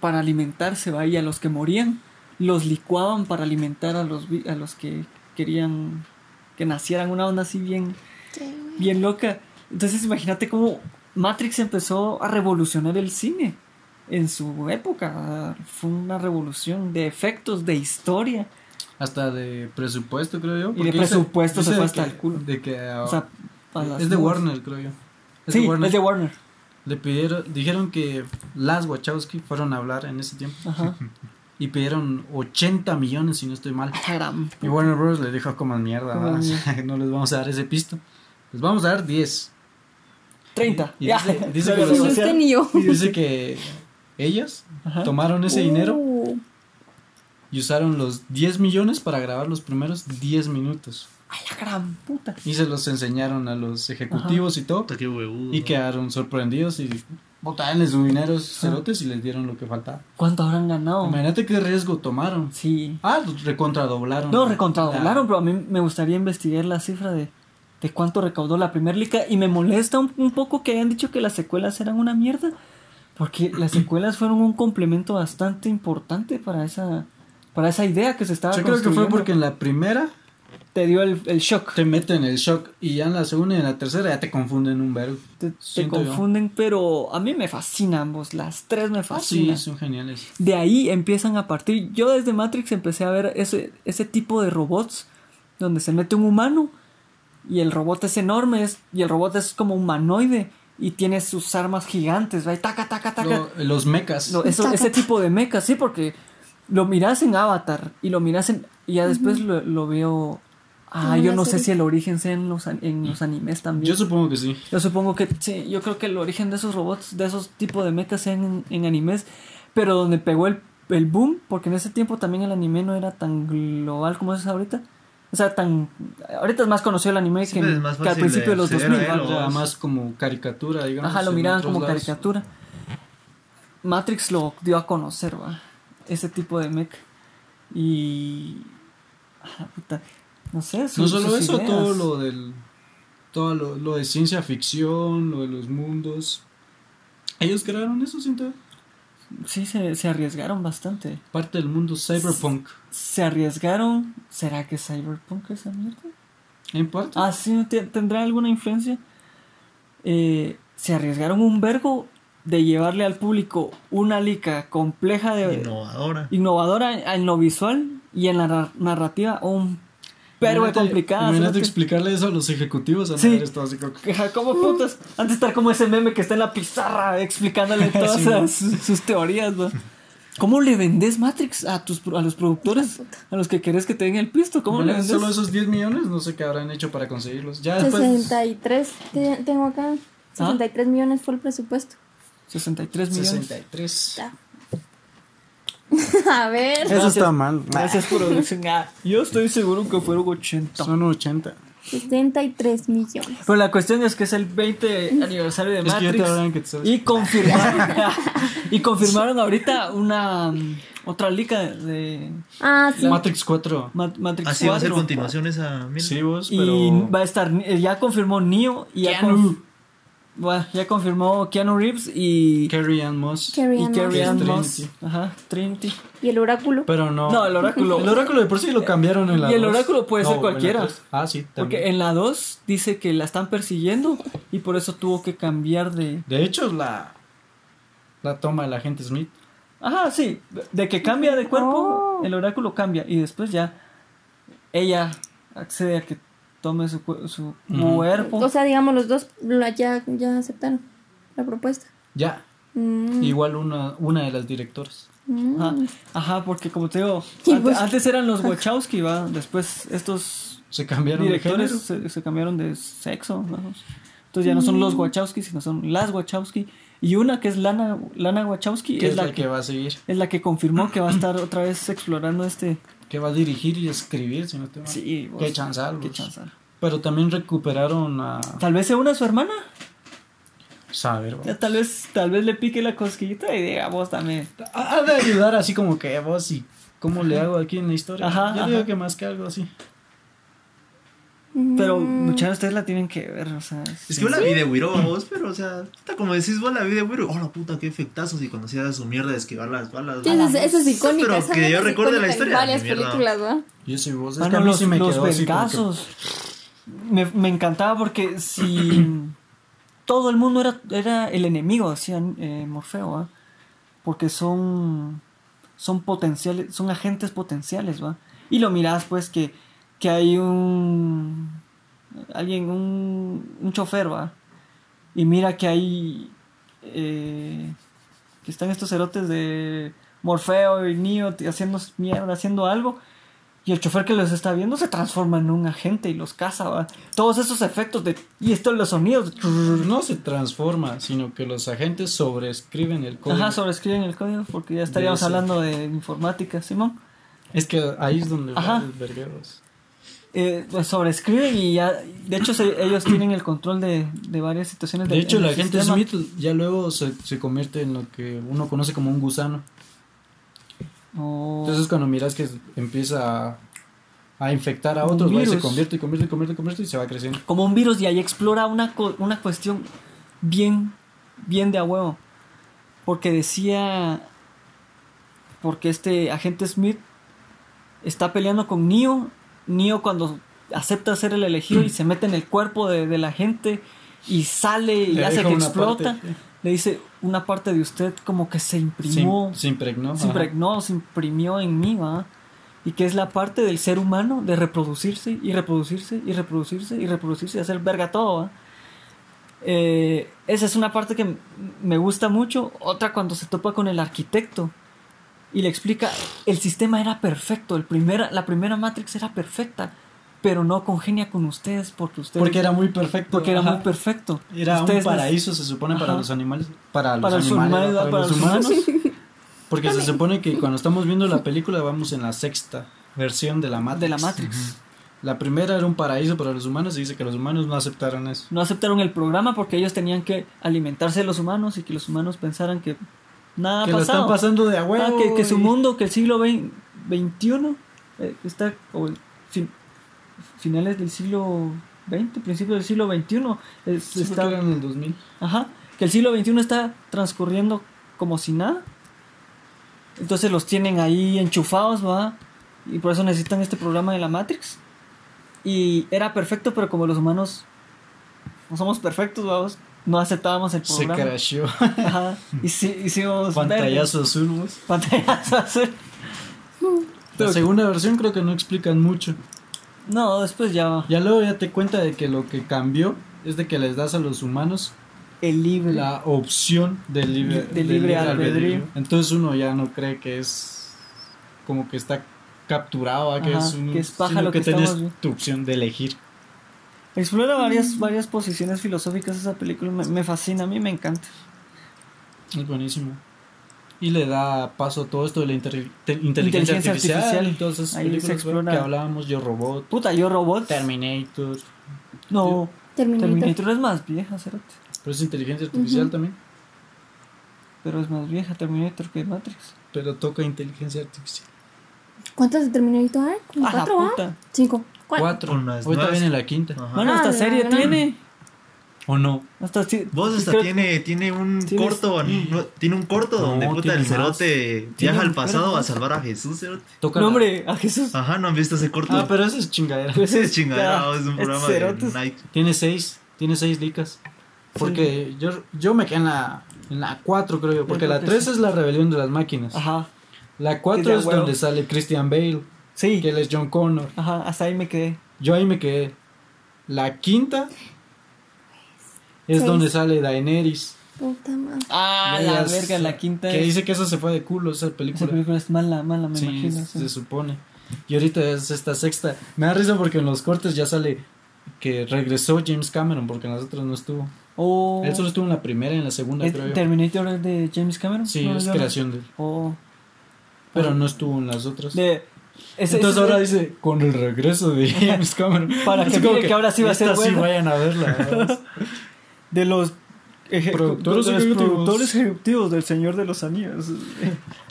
A: para alimentarse, ¿va? Y a los que morían, los licuaban para alimentar a los, vi- a los que querían que nacieran una onda así bien, bien loca. Entonces imagínate cómo Matrix empezó a revolucionar el cine en su época. Fue una revolución de efectos, de historia.
D: Hasta de presupuesto, creo yo.
A: de
D: porque dice-
A: presupuesto se
D: dice
A: fue
D: de
A: hasta
D: que-
A: el culo.
D: De que,
A: O sea, para las
D: Ah, es de
A: nubes.
D: Warner, creo yo. Es
A: sí,
D: de Warner.
A: es de Warner.
D: Le pidieron, dijeron que las Wachowski fueron a hablar en ese tiempo
A: Ajá.
D: y pidieron 80 millones, si no estoy mal.
A: Instagram.
D: Y Warner Bros. les dijo, coman mierda,
A: Coman
D: ¿no? O sea, no les vamos a dar ese pisto. Les vamos a dar 10.
A: 30.
D: Y
A: ya.
D: dice- dice
A: Se
D: que
A: había
D: los-
B: Ni
A: negociado.
B: usted ni Pues, yo.
D: Y dice que ellas
A: Ajá.
D: tomaron ese dinero
B: Uh,
D: y usaron los 10 millones para grabar los primeros 10 minutos.
A: A la gran puta.
D: Y se los enseñaron a los ejecutivos y todo.
E: Puta, qué huevudo.
D: Y quedaron sorprendidos y botaron su dinero a esos cerotes y les dieron lo que faltaba.
A: ¿Cuánto habrán ganado?
D: Imagínate qué riesgo tomaron.
A: Sí.
D: Ah, recontradoblaron.
A: No, recontradoblaron, pero a mí me gustaría investigar la cifra de, de cuánto recaudó la primera lica. Y me molesta un, un poco que hayan dicho que las secuelas eran una mierda. Porque las secuelas fueron un complemento bastante importante para esa, para esa idea que se estaba
D: Yo creo que fue
A: construyendo.
D: porque en la primera
A: te dio el, el shock.
D: te meten el shock y ya en la segunda y en la tercera ya te confunden un verbo.
A: Te, te
D: Siento yo.
A: confunden, pero a mí me fascinan ambos. Las tres me
D: Ah, sí,
A: fascinan.
D: son geniales.
A: De ahí empiezan a partir. Yo desde Matrix empecé a ver ese, ese tipo de robots donde se mete un humano y el robot es enorme es- y el robot es como humanoide y tiene sus armas gigantes, ¿va? Y taca, taca, taca.
D: Lo- los mecas.
A: Lo- eso-
B: Taca,
A: ese tipo de mechas, sí, porque lo miras en Avatar y lo miras en. Y ya después lo, lo veo. Ah,
B: En
A: yo
B: una
A: no sé
B: serie.
A: si el origen sea en los, an- en los animes también.
D: Yo supongo que sí.
A: Yo supongo que sí, yo creo que el origen de esos robots, de esos tipos de mechas sean en, en animes, pero donde pegó el, el boom, porque en ese tiempo también el anime no era tan global como es ahorita. O sea, tan. Ahorita es más conocido el anime
E: Sí,
A: que,
E: pero es
A: en-
E: más
A: que al
E: fácil
A: principio de
E: de
A: los
E: acceder
A: 2000.
E: a él,
A: ¿va?
E: o-
D: Era más como caricatura, digamos.
A: Ajá, lo
D: en
A: miraban
D: otros
A: como
D: lados.
A: caricatura. Matrix lo dio a conocer, va. Ese tipo de mech. Y. ah, puta, No sé,
D: No
A: sus-
D: solo
A: sus
D: eso,
A: ideas.
D: todo lo del. Todo lo, lo de ciencia ficción, lo de los mundos. Ellos crearon eso, siento.
A: Sí, se, se arriesgaron bastante.
D: Parte del mundo cyberpunk.
A: se arriesgaron. ¿Será que Cyberpunk esa mierda?
D: En parte.
A: Ah, sí, te- tendrá alguna influencia. Eh, se arriesgaron un vergo de llevarle al público una lica compleja de
E: Innovadora.
A: innovadora en lo visual y en la ra- narrativa un pero de
D: Imagínate-
A: complicada.
D: Imagínate
A: ¿sí?
D: explicarle eso a los ejecutivos. A
A: Sí.
D: sí. Esto, así como que-
A: Ajá, ¿Cómo putas? Antes de estar como ese meme que está en la pizarra explicándole todas
D: Sí, ¿no?
A: sus, sus teorías, ¿no? ¿Cómo le vendes Matrix a tus pro- a los productores? A los que querés que te den el pisto, ¿cómo le
D: Bueno,
A: vendes?
D: Solo esos 10 millones, no sé qué habrán hecho para conseguirlos. Ya después.
B: 63 te- tengo
A: ¿Ah?
B: acá. 63 millones fue el presupuesto.
A: 63 millones.
D: 63.
B: Ya. A ver.
A: Gracias-
D: mal.
A: Gracias por producción. Ah, Yo estoy seguro que fueron 80.
D: Son 80.
B: 63 millones.
A: Pero la cuestión es que es el 20 aniversario de
D: Es que ya te
A: Matrix.
D: hablan que te sabes.
A: y confirmaron y confirmaron ahorita una mm, otra liga de
B: Ah, sí.
D: Matrix 4.
A: Ma- Matrix
E: Así va a ser
A: 4.
E: continuación esa mierda.
D: Sí, vos,
A: Y
D: pero.
A: va a estar, eh, ya confirmó Neo y ya,
D: Keanu.
A: conf- Buah, ya confirmó Keanu Reeves y,
D: Carrie Ann Moss.
B: Carrie
A: y
B: Ann
A: Carrie
D: Moss.
A: Ann
D: Es
A: Moss.
D: Trinity.
A: Ajá, Trinity.
B: Y el oráculo.
D: Pero no.
A: No, el oráculo.
D: El oráculo de por sí lo cambiaron en la
A: Y el
D: dos.
A: oráculo puede ser
D: en la
A: cualquiera.
D: tres. Ah, sí, también.
A: Porque en la 2 dice que la están persiguiendo y por eso tuvo que cambiar de...
D: De hecho, la. La toma de la gente Smith.
A: Ajá, sí, de que cambia
D: Oh.
A: de cuerpo, el oráculo cambia y después ya ella accede a que tome su, cu- su cuerpo.
B: O sea, digamos, los dos la- ya, ya aceptaron la propuesta.
D: Ya.
B: Mm,
D: Igual una, una de las directoras.
B: mm.
A: Ajá, ajá, porque como te digo,
B: Sí,
A: ante-
B: pues.
A: antes, eran los Wachowski, ¿va? Después estos
D: Se cambiaron de
A: directores
D: género.
A: se, se cambiaron de sexo, vamos. Entonces ya no
B: Mm.
A: son los Wachowski, sino son las Wachowski. Y una que es Lana, Lana Wachowski
D: Que
A: es, la que,
D: va a seguir.
A: es la que confirmó que va a estar otra vez explorando este...
D: Que va a dirigir y escribir, si no te va.
A: Sí, vos,
D: Qué chanzal.
A: qué
D: vos.
A: chanzal.
D: Pero también recuperaron a.
A: Tal vez se una a su hermana.
D: Saber, vos.
A: Ya tal vez, tal vez le pique la cosquillita y diga vos también.
D: Ha ha de ayudar así como que vos y cómo le hago aquí en la historia.
A: Ajá,
D: Yo
A: ajá.
D: digo que más que algo así.
B: mm,
A: Pero muchachos, ustedes la tienen que ver, o sea.
E: Es
A: sí.
E: que yo la vi de Wiro vos, pero o sea, puta, como decís vos la vi de Wiro, oh la puta, qué efectazos y conocía su mierda de esquivar las balas.
B: Sí, esa, esa es icónica.
E: Pero
B: esa
E: que
B: vaina
E: yo
B: es
E: recuerde la
B: icónica en
E: historia,
B: Varias
E: mi mierda.
B: películas, ¿verdad?
D: Yo soy vos. Es que
A: Mano,
D: a mí
A: Ah, los,
D: sí me
A: los
D: quedó así como que-
A: vergazos. Me, me encantaba porque si todo el mundo era, era el enemigo, decían eh, Morfeo, ¿va? Porque son, son potenciales, son agentes potenciales, ¿va? Y lo mirás pues que, que hay un alguien, un, un chofer, ¿va? Y mira que hay eh, que están estos cerotes de Morfeo y Neo t- haciendo mierda, haciendo algo. Y el chofer que los está viendo se transforma en un agente y los caza, ¿va? Todos esos efectos de... Y estos los sonidos.
D: No se transforma, sino que los agentes sobreescriben el código.
A: Ajá, sobreescriben el código porque ya estaríamos
D: Debe ser.
A: hablando de informática, Simón.
D: Es que ahí es donde
A: Ajá.
D: van los vergueros.
A: Eh, pues sobreescriben y ya... De hecho, se- ellos tienen el control de, de varias situaciones.
D: De
A: del-
D: hecho,
A: en
D: la
A: el
D: gente
A: sistema.
D: Smith ya luego se, se convierte en lo que uno conoce como un gusano.
A: Oh.
D: Entonces, cuando miras que empieza a, a infectar a otros,
A: Un
D: va y se
A: virus.
D: convierte y convierte y convierte y convierte y se va creciendo.
A: como un virus y ahí explora una, co- una cuestión bien, bien de a huevo. Porque decía, porque este agente Smith está peleando con Neo. Neo cuando acepta ser el elegido y se mete en el cuerpo de, de la gente y sale y
D: Le
A: hace
D: deja
A: que
D: una
A: explota.
D: parte,
A: Le dice, una parte de usted como que se
D: se,
A: imprimió,
D: se impregnó.
A: se
D: ajá.
A: impregnó, se imprimió en mí, ¿va? Y que es la parte del ser humano de reproducirse y reproducirse y reproducirse y reproducirse y hacer verga todo, ¿va? Eh, esa es una parte que m- me gusta mucho. Otra cuando se topa con el arquitecto y le explica, el sistema era perfecto, el primera, la primera Matrix era perfecta, pero no congenia con ustedes porque ustedes...
D: Porque era muy perfecto.
A: porque era
D: ajá.
A: muy perfecto.
D: Era un
A: Ustedes no-
D: paraíso, se supone, para
A: Ajá.
D: los animales. Para los
A: Para los
D: animales,
A: humanos,
D: para
A: para
D: los
A: los
D: humanos. Porque se supone que cuando estamos viendo la película vamos en la sexta versión de la Matrix.
A: De la Matrix.
D: La primera era un paraíso para los humanos y dice que los humanos no aceptaron eso.
A: no aceptaron el programa porque ellos tenían que alimentarse de los humanos y que los humanos pensaran que nada ha
D: que lo
A: Ah, pasado.
D: están pasando de a huevo.
A: Ah, que, que su
D: y-
A: mundo, que el siglo vein- XXI eh, está, o el fin- finales del siglo XX, principios del siglo XXI, es-
D: Sí, porque
A: está-
D: era en el 2000.
A: ajá, que el siglo XXI está transcurriendo como si nada. Entonces los tienen ahí enchufados, ¿va? Y por eso necesitan este programa de la Matrix. Y era perfecto, pero como los humanos no somos perfectos, vamos, no aceptábamos el
D: Se
A: programa.
D: crasheó.
A: Ajá. Y sí, hicimos verga.
D: Pantallazo azul, vos.
A: Pantallazo azul.
D: La segunda versión creo que no explican mucho.
A: No, después ya va.
D: Ya luego ya te cuenta de que lo que cambió es de que les das a los humanos
A: El libre.
D: la opción del libre,
A: De
D: del
A: libre albedrío.
D: Entonces uno ya no cree que es como que está capturado, ¿ah? que,
A: Ajá,
D: es un,
A: que es paja
D: sino
A: lo que
D: tenés
A: estamos vi-
D: tu opción de elegir.
A: Explora varias, varias posiciones filosóficas esa película. Me, me fascina, a mí me encanta.
D: Es buenísimo. Y le da paso a todo esto de la inter- te- inteligencia,
A: Inteligencia
D: artificial,
A: artificial.
D: y todas esas
A: Ahí se
D: películas ¿verdad?
A: explora.
D: que hablábamos, Yo Robot,
A: Puta, yo robot.
D: Terminator,
A: No,
B: Terminator.
A: Terminator es más vieja, cerote.
D: pero es inteligencia artificial también,
A: Pero es más vieja Terminator que Matrix.
D: pero toca inteligencia artificial.
B: ¿Cuántos de Terminator hay? ¿Como
A: A la
B: ¿Cuatro? ah?
A: puta.
B: Cinco. ¿Cuál?
D: Cuatro.
E: Con las
D: Ahorita
E: nuevas-
D: viene la quinta.
E: Ajá.
A: Bueno, hasta
B: Ah,
A: serie
B: la gran.
A: tiene.
D: ¿O no?
A: Hasta si-
E: Vos hasta
A: creo-
E: tiene, tiene un
A: Tienes-
E: corto, no, tiene un corto
D: No,
E: donde puta
D: tiene
E: el
D: más.
E: cerote
A: Tiene
E: viaja
A: un
E: al pasado
A: corto.
E: a salvar a Jesús, cerote.
D: Toca
A: No,
D: la-
A: hombre, a Jesús.
E: Ajá, no han visto ese corto.
D: Ah, pero eso es chingadera.
A: Pues
E: Ese es chingadera,
A: ya,
E: es un
A: es
E: programa
A: cerotes.
E: de Nike.
D: Tiene seis, tiene seis licas. Porque yo, yo me quedé en la, en la cuatro, creo yo. Porque
A: creo
D: la
A: que
D: tres
A: sí.
D: es la rebelión de las máquinas.
A: Ajá.
D: La
A: Que de
D: cuatro
A: a
D: es
A: huevo.
D: donde sale Christian Bale,
A: Sí.
D: que él es John Connor.
A: Ajá, hasta ahí me quedé.
D: Yo ahí me quedé. La quinta es
B: Seis.
D: donde sale Daenerys.
B: Puta madre.
A: Ah,
D: Y
A: la
D: ellas-
A: verga, la quinta
D: Que
A: es.
D: dice que eso se fue de culo, esa película.
A: Esa película es mala, mala, me
D: Sí,
A: imagino. sí.
D: se supone. Y ahorita es esta sexta. Me da risa porque en los cortes ya sale que regresó James Cameron porque en las otras no estuvo.
A: Oh,
D: Él solo estuvo en la primera y en la segunda,
A: ¿es
D: creo yo.
A: Terminator es de James Cameron.
D: Sí,
A: No,
D: es
A: yo no-
D: creación de él.
A: Oh.
D: Pero no estuvo en las otras.
A: De, ese-
D: Entonces
A: ese-
D: ahora dice, con el regreso de James Cameron.
A: Para
D: Es
A: que
D: como
A: miren que ahora sí va a ser
D: esta sí
A: buena.
D: vayan a verla. ¿verdad?
A: de los. eje-
D: Productores
A: de los
D: ejecutivos.
A: productores ejecutivos del Señor de los Anillos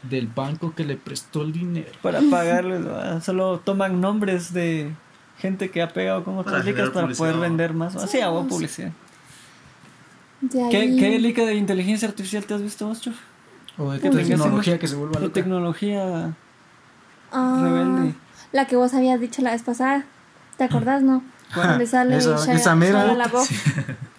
D: Del banco que le prestó el dinero.
A: para pagarles ¿verdad? solo toman nombres de gente que ha pegado con
E: Para
A: otras
E: generar
A: licas para poder
E: publicidad.
A: vender más ¿verdad? sí,
B: Sí,
A: hago
B: sí.
A: publicidad
B: De
A: ¿Qué,
B: ahí-
A: ¿qué lica de inteligencia artificial te has visto vos Chuf?
D: O de
A: Que tengas
D: tecnología
A: una-
D: que se vuelva
A: la
D: loca.
A: tecnología
B: Ah,
A: Rebelde.
B: La que vos habías dicho la vez pasada. ¿Te acordás, no? Donde sale
D: esa-
B: Shia-
D: esa mera.
B: Shia LaBeouf.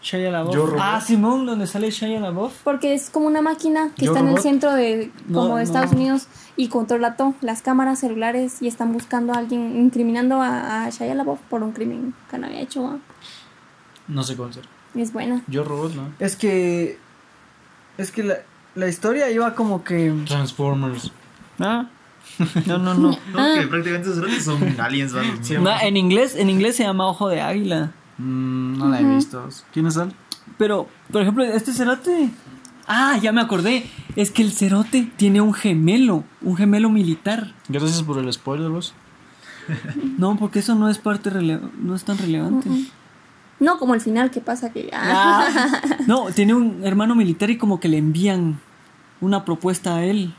A: Shia LaBeouf
D: Yo, Robot.
A: ah Simón donde sale Shia LaBeouf
B: Porque es como una máquina que
D: Yo,
B: está en el
D: robot.
B: centro de
A: No,
B: como de
A: no.
B: Estados Unidos y controla todo, las cámaras, celulares y están buscando a alguien, incriminando a, a Shia LaBeouf por un crimen que no había hecho. ah.
D: No sé cómo será.
B: Es buena.
D: Yo robot, ¿no?
A: es que es que la, la historia iba como que
D: Transformers.
A: ah no no no
E: No, que prácticamente esos grandes son aliens, ¿vale?
A: Na- en inglés en inglés se llama ojo de águila
D: Mm, no la he visto. ¿Quién es él?
A: Pero, por ejemplo, este cerote. Ah, ya me acordé. Es que el cerote tiene un gemelo, un gemelo militar.
D: Gracias por el spoiler, vos.
A: No, porque eso no es parte rele- no es tan relevante.
B: No como el final que pasa que ah,
A: Ah, no, tiene un hermano militar y como que le envían una propuesta a él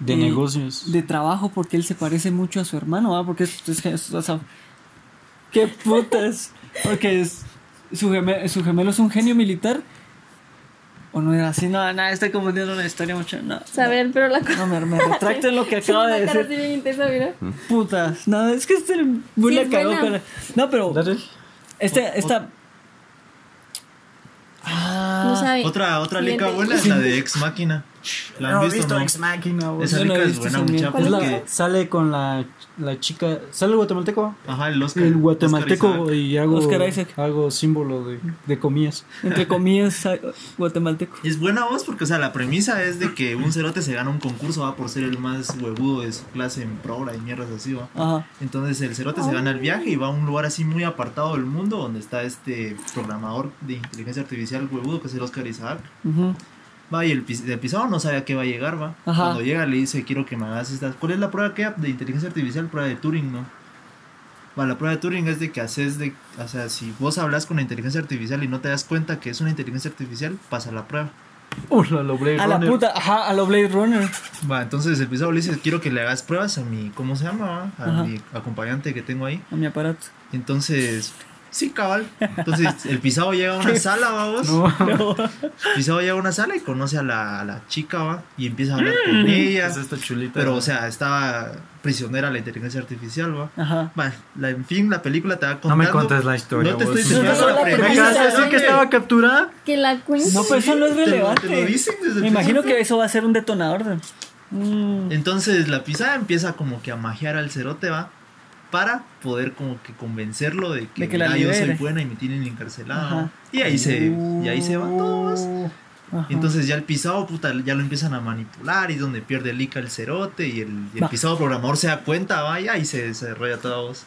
D: De
A: Y-
D: negocios.
A: de trabajo porque él se parece mucho a su hermano, ah, porque es, es- es- o sea, qué putas, porque es- su, geme- su gemelo es un genio militar. O no era así, no, nada, estoy confundiendo una historia mucho. No,
B: saber, pero la cosa
A: No, me, me retracto en lo que acaba
B: Una
A: de
B: cara
A: decir.
B: así bien intensa, mira.
A: Putas, no, es que este muy
B: Sí,
A: la
B: es
A: cagó
B: buena.
A: con la- No, pero
D: Dale.
A: este, esta. Ah,
B: No sabe.
E: Otra, otra lica
B: Siguiente.
E: buena es la de Ex Máquina. ¿La han visto, no?
D: Machina, vos.
E: Esa
A: Yo no he
E: lica es
A: visto
E: buena,
A: esa
E: mucha,
A: mierda.
B: Es la-
E: porque...
D: Sale con la, la chica. ¿Sale el guatemalteco?
E: Ajá, el Oscar.
D: El guatemalteco
E: Oscar Isaac.
D: y hago,
A: Oscar Isaac.
D: hago símbolo de, de comillas.
A: entre comillas, ah, guatemalteco.
E: Y es buena voz porque, o sea, la premisa es de que un cerote se gana un concurso, va por ser el más huevudo de su clase en progra y mierdas así, va.
A: Ajá.
E: Entonces el cerote se gana el viaje y va a un lugar así muy apartado del mundo donde está este programador de inteligencia artificial huevudo que es el Oscar Isaac.
A: ujú.
E: Va y el, pis- el pisado no sabe a qué va a llegar, va.
A: Ajá.
E: Cuando llega le dice, quiero que me hagas estas. ¿Cuál es la prueba que de inteligencia artificial? Prueba de Turing, ¿no? Va, la prueba de Turing es de que haces de... O sea, si vos hablas con la inteligencia artificial y no te das cuenta que es una inteligencia artificial, pasa la prueba.
D: Hola, lo Blade
A: A la
D: Runner.
A: puta, ajá, a lo Blade Runner.
E: Va, entonces el pisado le dice, quiero que le hagas pruebas a mi... ¿Cómo se llama? va? A
A: Ajá.
E: mi acompañante que tengo ahí.
A: A mi aparato.
E: Entonces... Sí, cabal. Entonces el pisado llega a una sala, vamos.
D: No.
E: Pisado llega a una sala y conoce a la, a la chica, va. Y empieza a hablar con ella.
D: Es esta chulita.
E: Pero, o sea, estaba prisionera la inteligencia artificial, ¿va?
A: Ajá.
E: Va, la- en fin, la película te va contando.
D: no me contes la historia.
E: No te
D: vos.
E: estoy
D: Me
E: diciendo
A: Solo
E: la
A: la
E: premisa.
A: premisa,
D: acabas de decir
A: ¿no?
D: que estaba capturada.
B: Que la cuente.
A: No, pero eso no es
E: Te lo-
A: relevante.
E: te lo dicen desde el
A: Me imagino
E: principio.
A: que eso va a ser un detonador. de- Mm,
E: Entonces, la pisada empieza como que a magiar al cerote, ¿va? Para poder como que convencerlo de que,
A: De que la
E: "Ah, yo soy
A: libere".
E: buena y me tienen encarcelada.
A: Ajá. Uh.
E: Y ahí se, y ahí se van
D: Oh.
E: todos.
A: ajá.
E: Entonces ya el pisado, puta, ya lo empiezan a manipular y es donde pierde el Ica el cerote y el, y el
A: Va.
E: pisado programador se da cuenta, va, y ahí se desarrolla todos.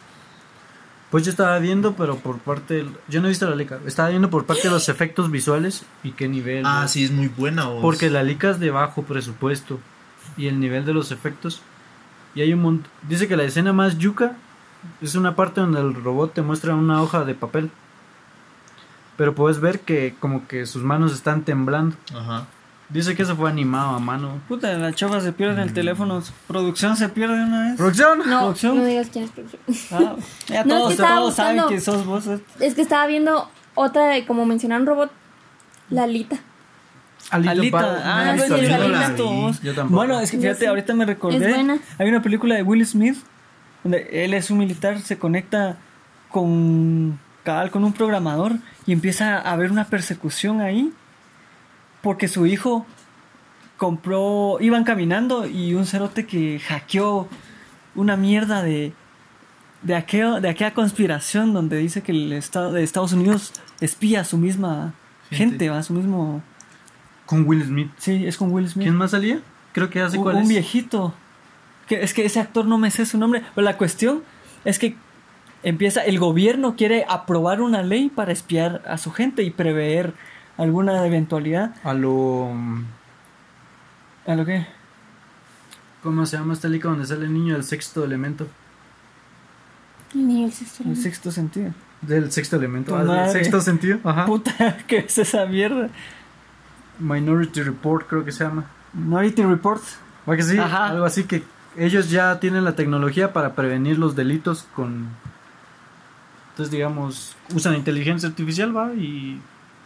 D: Pues yo estaba viendo, pero por parte. del- yo no he visto la lica. Estaba viendo por parte de los efectos visuales y qué nivel.
E: Ah,
D: ¿no?
E: sí, es muy buena, vos.
D: Porque la lica es de bajo presupuesto y el nivel de los efectos. Y hay un montón. Dice que la escena más yuca es una parte donde el robot te muestra una hoja de papel. Pero puedes ver que como que sus manos están temblando.
E: Ajá.
A: Ah,
D: Dice que eso fue animado a mano.
A: Puta, la chava se pierde el teléfono. Producción se pierde una vez.
D: ¡Producción!
B: No,
A: Producción.
B: no digas quién es producción.
A: Ah, ya
B: No, es
A: todos,
B: que estaba
A: todos saben
B: buscando-
A: que sos vos. eh.
B: Es que estaba viendo otra de, como mencionaron robot, Lalita.
D: Alita.
A: Alita.
D: Pau-
A: Ah,
D: no he
B: no,
D: visto
B: sí,
D: Alita.
B: Alita.
D: Yo la
A: Alita,
D: vi,
A: vos.
D: Yo tampoco.
A: Bueno, es que
B: Yo
A: fíjate,
B: sí.
A: ahorita me
B: Es
A: recordé.
B: buena.
A: Hay una película de Will Smith donde él es un militar, se conecta con cabal con un programador y empieza a haber una persecución ahí porque su hijo compró, iban caminando y un cerote que hackeó una mierda de de, aquel, de aquella conspiración donde dice que el estado de Estados Unidos espía a su misma gente,
E: Gente.
A: va, a su mismo...
D: Con Will Smith.
A: Sí, es con Will Smith.
D: ¿Quién más salía? Creo que hace
A: un,
D: cuál
A: un
D: es.
A: viejito. Que, es que ese actor no me sé su nombre. Pero la cuestión es que empieza, el gobierno quiere aprobar una ley para espiar a su gente y prever alguna eventualidad.
D: A lo.
A: ¿A lo que?
D: ¿Cómo se llama esta liga donde sale el niño del sexto elemento?
B: Ni el sexto
A: El
B: elemento.
A: sexto sentido.
D: Del sexto elemento.
A: Tu
D: ah, del
A: madre.
D: sexto sentido. Ajá.
A: Puta, ¿qué es esa mierda?
D: Minority Report, creo que se llama.
A: Minority Report.
D: ¿Va que sí?
A: Ajá.
D: Algo así que ellos ya tienen la tecnología para prevenir los delitos con... Entonces, digamos, usan inteligencia artificial, ¿va? Y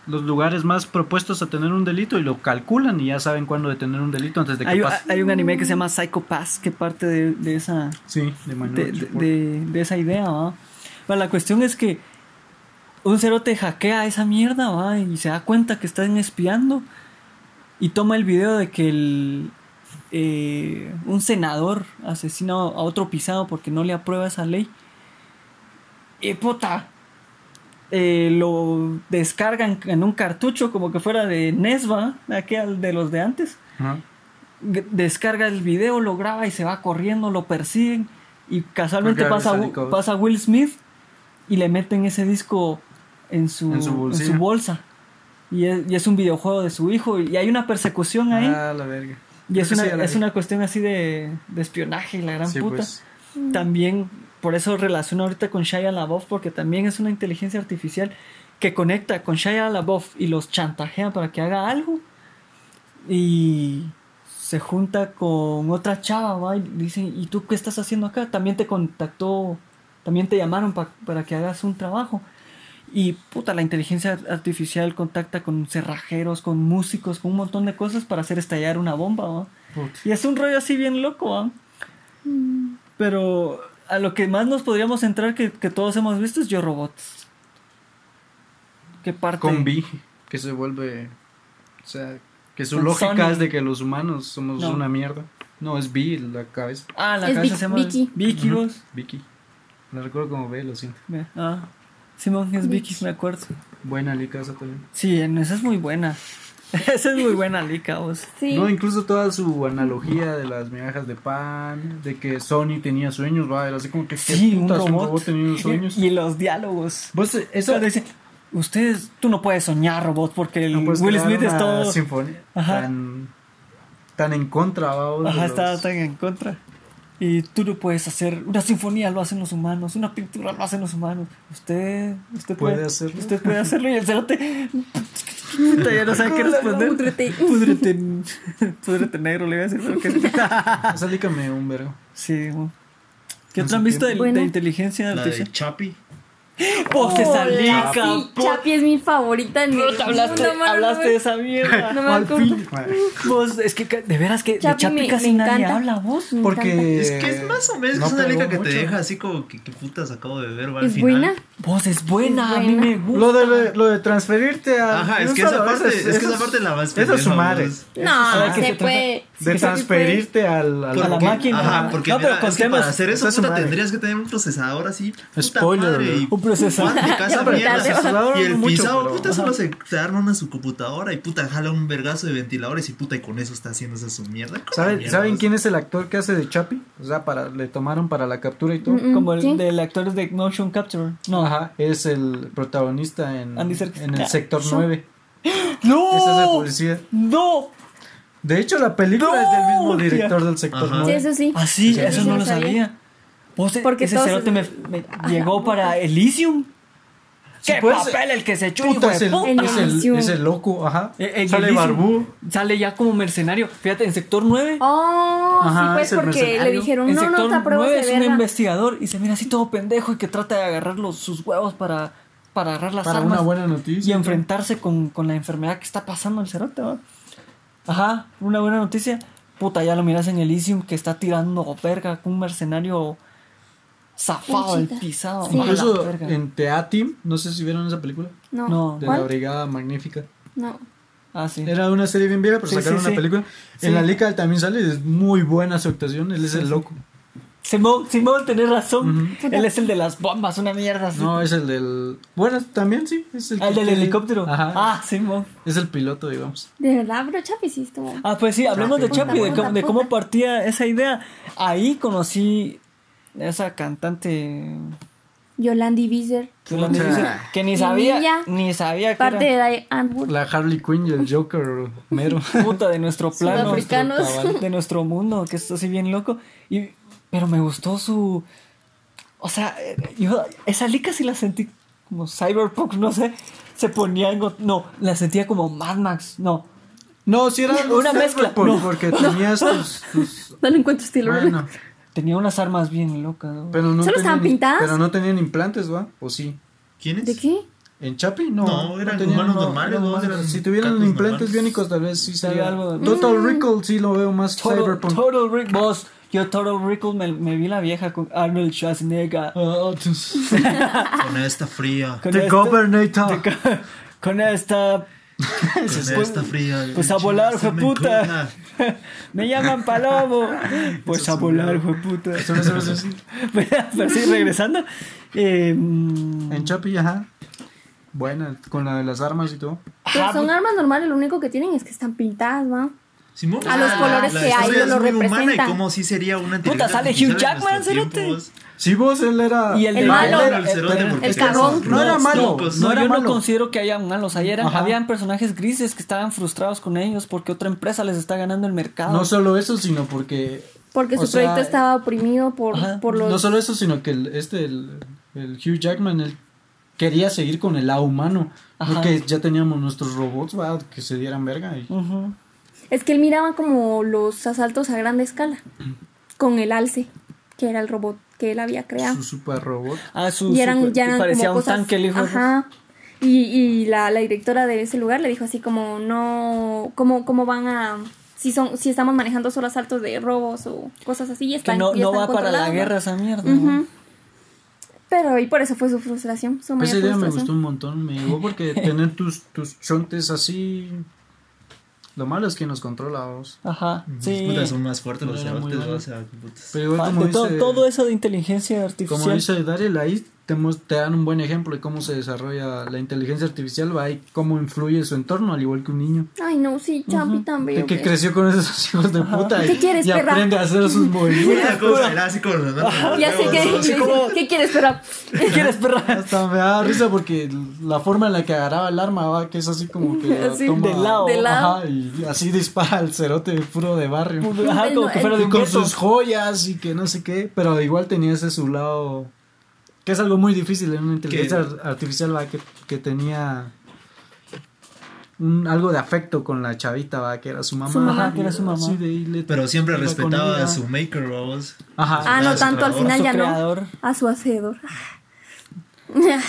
D: los lugares más propuestos a tener un delito y lo calculan y ya saben cuándo detener un delito antes de que
A: Hay,
D: pase.
A: hay un anime que se llama Psycho Pass que parte de, de esa
D: Sí, de Minority
A: de, de-
D: Report.
A: de- de esa idea, ¿va? Pero la cuestión es que un cerote hackea esa mierda, ¿va? Y se da cuenta que están espiando y toma el video de que el, eh, un senador asesina a otro pisado porque no le aprueba esa ley. Y puta, eh, lo descargan en un cartucho como que fuera de Nesva, aquel de los de antes
D: Ajá.
A: g- descarga el video, lo graba y se va corriendo, lo persiguen y casualmente
D: Porque
A: pasa,
D: sale
A: Wi-
D: Cobra.
A: pasa Will Smith y le meten ese disco en su,
D: En su
A: en
D: bolsillo.
A: su bolsa. Y es, y es un videojuego de su hijo y hay una persecución ahí
D: Ah, la verga.
A: y es
D: creo que
A: una,
D: sí, ya la
A: es
D: vi.
A: una cuestión así de, de espionaje y la gran
D: Sí,
A: puta.
D: pues.
A: También por eso relaciono ahorita con Shia LaBeouf porque también es una inteligencia artificial que conecta con Shia LaBeouf y los chantajea para que haga algo y se junta con otra chava ¿va? y dicen ¿y tú qué estás haciendo acá? También te contactó, también te llamaron pa- para que hagas un trabajo y puta la inteligencia artificial contacta con cerrajeros, con músicos, con un montón de cosas para hacer estallar una bomba ¿va?
D: Puta.
A: y es un rollo así bien loco ¿va?
B: Mm,
A: Pero a lo que más nos podríamos entrar que, que todos hemos visto es Yo Robot. Que parte.
D: Con B, que se vuelve... O sea, que su
A: Con
D: lógica
A: Sony.
D: es de que los humanos somos
A: No.
D: una mierda. No, es B la cabeza.
A: Ah, la
B: Es
A: cabeza
B: Vic-
A: se llama
B: Vicky.
A: Vicky,
D: Ujú.
A: vos.
D: Vicky. La recuerdo como B, lo siento.
A: Ve, Ah. Simón es Vicky, me acuerdo.
D: Buena Licasa también.
A: Sí, en- esa es muy buena. esa es muy buena, Lika, vos.
B: Sí.
D: No, incluso toda su analogía de las migajas de pan, de que Sony tenía sueños, va, era así como que ¿qué
A: Sí, un
D: putas,
A: robot.
D: tenía unos sueños.
A: Y, y los diálogos.
D: Vos, eso
A: Cuando dice, ustedes, tú no puedes soñar, robot, porque el
D: no puedes
A: Will
D: crear
A: Smith es
D: una
A: todo.
D: sinfonía
A: Ajá.
D: tan tan en contra, va, vos, de
A: Ajá,
D: los-
A: está tan en contra. Y tú no puedes hacer una sinfonía, lo hacen los humanos, una pintura lo hacen los humanos. Usted, usted puede,
D: Puede hacerlo.
A: Usted puede hacerlo y el cerote puta, ya no sabe qué responder.
B: Púdrete.
A: Pudrete, pudrete negro, le iba a decir, pero que
D: Esa lica me dio un vergo.
A: sí. bueno. ¿Qué
D: En
A: otro
D: su
A: han visto de,
B: tiempo.
A: de
B: Bueno.
A: inteligencia
E: La de
A: artificial?
D: Eh,
E: Chapi.
A: Posesa
B: Hola,
A: lica,
B: sí,
A: po-
B: Chapi es mi favorita en el
A: puta, hablaste,
B: mundo, mano,
A: hablaste de
B: no me-
A: esa mierda.
B: No me
D: Al
B: acuerdo.
D: fin.
A: Vos, es que ca- de veras que de
B: Chapi
A: Chapi
B: me-
A: casi
B: me
A: nadie
B: encanta. Mm.
A: habla, vos.
B: Me encanta.
D: Porque
E: Es que es más o menos
D: no
E: es una
D: pegó
E: liga que
D: mucho.
E: te deja así como que qué putas acabo de ver, va, al
B: Es
E: final.
B: buena.
A: Vos es buena, a mí
B: buena.
A: me gusta.
D: Lo de, lo de transferirte a.
E: Ajá, es que
D: no
E: esa
D: solo,
E: parte,
D: eso
E: es, que esa parte es la más
D: Eso es su
E: pendeja,
D: madre.
E: vos.
B: No,
A: Ah,
B: no
A: que se
B: se
A: trata-
B: puede.
D: De
B: Sí,
D: transferirte al,
A: A la
D: que-
A: máquina.
E: Ajá, porque
A: No, pero
E: mira, es que
A: contemos,
E: para hacer eso,
D: esa es su
E: puta,
D: madre.
E: tendrías que tener un procesador así. Puta
D: Spoiler,
E: madre,
D: ¿no?
E: y
A: Un procesador.
E: Juan de casa
B: Ya, pero
E: mierda,
B: tal vez-
D: procesador
E: Y el
D: mucho,
E: pisado,
D: pero-
E: puta, solo se arma una su computadora y puta, jala un vergazo de ventiladores y puta, y con eso está haciendo esa su mierda. ¿Cómo
D: ¿Saben,
E: mierda,
D: ¿Saben
E: vos?
D: quién es el actor que hace de Chapi? O sea, para, le tomaron para la captura y todo.
B: Mm,
A: Como el
B: ¿sí?
A: del actor de Motion Capture. No.
D: Ajá, es el protagonista en,
A: Andy Serkis.
D: en
A: Ah,
D: el sector
A: sí.
D: 9.
A: ¡No!
D: Ese es el policía.
A: ¡No!
D: De hecho, la película
A: ¡No!
D: es del mismo director
A: Tía.
D: del sector
E: Ajá.
B: Sí,
D: 9.
B: eso sí.
A: Así, Ah, eso
B: sí,
A: no
B: lo
A: lo
B: sabía.
A: sabía. Vos,
B: Porque
A: ese
B: todos-
A: cerote me, me llegó para Elysium.
D: Sí,
A: ¡Qué
D: pues,
A: papel el que se echó, hijo
D: Puta, es
A: de
D: el,
A: puta!
B: El
D: es, el,
B: Elysium.
D: es el loco, ajá.
A: Eh, eh,
D: Sale
A: Elysium.
D: barbú.
A: Sale ya como mercenario. Fíjate, en sector 9.
B: Oh,
D: Ajá, es
B: sí,
D: el
B: pues porque le
D: mercenario.
B: dijeron,
A: en
B: no, no
A: sector
B: te apruebas
A: 9 es
B: de
A: un
B: verga.
A: investigador y se mira así todo pendejo y que trata de agarrar los, sus huevos para, para agarrar las
D: Para
A: armas.
D: una buena
A: y
D: noticia.
A: enfrentarse con, con la enfermedad que está pasando el cerote, ¿va? Ajá, una buena noticia. Puta, ya lo miras en Elysium que está tirando verga con un mercenario zafado, el
B: Puchita.
A: pisado.
B: Sí.
A: mala
D: Incluso
A: verga.
D: en Teatim, no sé si vieron esa película.
B: No.
A: No.
D: De la
B: ¿Cuál?
D: Brigada Magnífica.
B: No.
A: Ah, sí.
D: Era una serie bien vieja, pero
A: Sí,
D: sacaron
A: sí,
D: una
A: sí.
D: película.
A: Sí.
D: En la Liga él también sale, es muy buena su actuación, él es el loco.
A: Simón, Simón, tenés razón.
B: Ujú.
A: Él es el de las bombas, una mierda así.
D: No, es el del. Bueno, también sí. Es el,
A: Ah, el del
D: que-
A: helicóptero.
D: Ajá.
A: Ah, Simón.
D: Es el piloto, digamos.
B: De verdad, pero Chapi sí estuvo.
A: Ah, pues sí, hablemos de
B: Puta,
A: Chapi, de,
B: puta,
A: cómo- de cómo
B: puta.
A: partía esa idea. Ahí conocí a esa cantante
B: Yolandi Visser,
A: que la niña dice que ni sabía,
B: Niña.
A: ni sabía que
B: parte
A: era
B: de Die Antwoord.
D: La Harley Quinn y el Joker mero.
A: puta de nuestro plano,
B: Sudafricanos.
A: nuestro- de nuestro mundo, que es así bien loco. Y, pero me gustó su. O sea, eh, yo esa lica sí la sentí como cyberpunk, no sé. Se ponía algo. No, la sentía como Mad Max, no.
D: No, si era
A: Una mezcla,
D: por-
A: no.
D: porque tenías tus, tus-
B: No lo encuentro estilo.
D: Bueno,
A: Tenía unas armas bien locas, ¿no?
D: pero no
B: ¿Solo estaban
D: tenían-
B: pintadas?
D: Pero no tenían implantes, ¿va? ¿O sí?
E: ¿Quién es?
B: ¿De qué?
D: ¿En Chapi? No.
E: No, eran
D: tenían-
E: humanos normales,
D: eran
E: ¿no?
D: humanos.
E: Eran
D: si tuvieran
E: cactus
D: implantes
E: normales.
D: biónicos, tal vez sí
A: Sería
D: sería
A: algo-
D: algo. Total Recall sí lo veo más
A: Total,
D: cyberpunk.
A: Total Recall. Vos, yo Total Recall me, me vi la vieja con Arnold Schwarzenegger.
D: Ah, tus-
E: Con esta fría.
A: Con
D: The
A: esta-
D: Governator.
A: Con esta.
E: Con esta fría.
A: Pues a volar, fue
E: Hazme en
A: puta.
E: cuna.
A: Me llaman Palomo. Pues a volar, hijo de puta. Pero sí, regresando. eh, mm,
D: En Chapi, ajá. Buena, con la de las armas y todo.
B: Pero
A: ajá, pues-
B: son armas normales, lo único que tienen es que están pintadas, ¿va?
E: Simón,
B: A los
E: la-
B: colores
E: la
B: que hay,
E: historia
B: ellos
E: es
B: lo
E: muy humana y
B: representan.
E: cómo sí sería
A: Puta,
E: una inteligencia
A: sale
E: artificial
A: Hugh
E: en
A: Jackman,
E: nuestros
A: cerote.
E: tiempos.
D: Sí, vos, él era.
A: Y el
B: El
A: de-
B: malo.
A: él era-
E: El cerote,
A: pero-
E: porque
B: El
E: se hace-
B: cabrón.
D: No era malo.
E: pues,
A: No,
D: No era
A: yo no
D: malo.
A: considero que hayan malos. Ahí eran,
D: Ajá.
A: habían personajes grises que estaban frustrados con ellos porque otra empresa les está ganando el mercado.
D: No solo eso, sino porque.
B: Porque
D: o
B: su
D: sea,
B: proyecto estaba oprimido por,
A: Ajá,
B: por los.
D: No solo eso, sino que el, este, el, el Hugh Jackman, él quería seguir con el lado humano.
A: Ajá.
D: Porque ya teníamos nuestros robots, va, que se dieran verga. y-
A: Ujú.
B: Es que él miraba como los asaltos a grande escala. Con el alce, que era el robot que él había creado.
D: Su super robot.
A: Ah, su,
B: Y eran,
A: super-
B: ya
A: que
B: eran
A: parecía
B: como
A: un
B: cosas,
A: tanque el hijo. de-
B: Ajá. Y, y la, la directora de ese lugar le dijo así como, no, ¿cómo, cómo van a...? Si, son, si estamos manejando solo asaltos de robos o cosas así, y
A: Que
B: están
A: no,
B: y
A: no
B: están
A: va para la
B: controlados, ¿no?".
A: guerra esa mierda.
B: Ujú. Pero y por eso fue su frustración, su
D: Pues
B: mayor
D: Esa idea me
B: frustración.
A: ¿eh?
D: gustó un montón. Me llegó porque tener tus, tus chontes así. Lo malo es que nos controla vos.
A: Ajá,
D: Mm,
A: sí.
E: Puta, son más fuertes los
D: No era muy
E: cerotes,
D: bueno.
E: o sea, qué putas.
D: Pero igual,
A: Falta
D: como
A: todo,
D: dice-
A: todo eso Ah, de inteligencia artificial.
D: Como dice Dariel, ahí te, mos- te dan un buen ejemplo de cómo se desarrolla la inteligencia artificial, va, y cómo influye su entorno, al igual que un niño.
B: Ay, no, sí, Champi también.
D: De que creció con esos hijos de puta y,
B: ¿Qué quieres,
D: y
B: perra?
D: aprende a hacer sus movimientos.
E: Puta, ¿cómo será así con los manos?
B: Ya sé que
A: Sí, como-
B: ¿Qué quieres, pero
A: ¿Qué quieres, perra?
D: Hasta me da risa porque la forma en la que agarraba el arma, va, que es así como que la
B: Así,
D: toma-
A: de lado.
B: De lado.
D: Ajá, y así dispara al cerote puro de barrio.
A: Ajá, como que fuera de
D: Y
A: un
D: con
A: gueto.
D: sus joyas y que no sé qué, pero igual tenía ese su lado, que es algo muy difícil en una inteligencia ar- artificial, va, que, que tenía un, algo de afecto con la chavita, va, que era su mamá.
A: Su mamá,
D: Ajá,
A: que era su
D: y
A: mamá.
D: así de ahí le-
E: Pero siempre
D: iba con
E: respetaba
D: ella.
E: a su maker, vamos.
D: Ajá,
B: Ah, no tanto, al
E: A su
B: final ya
A: creador.
B: no. A su hacedor.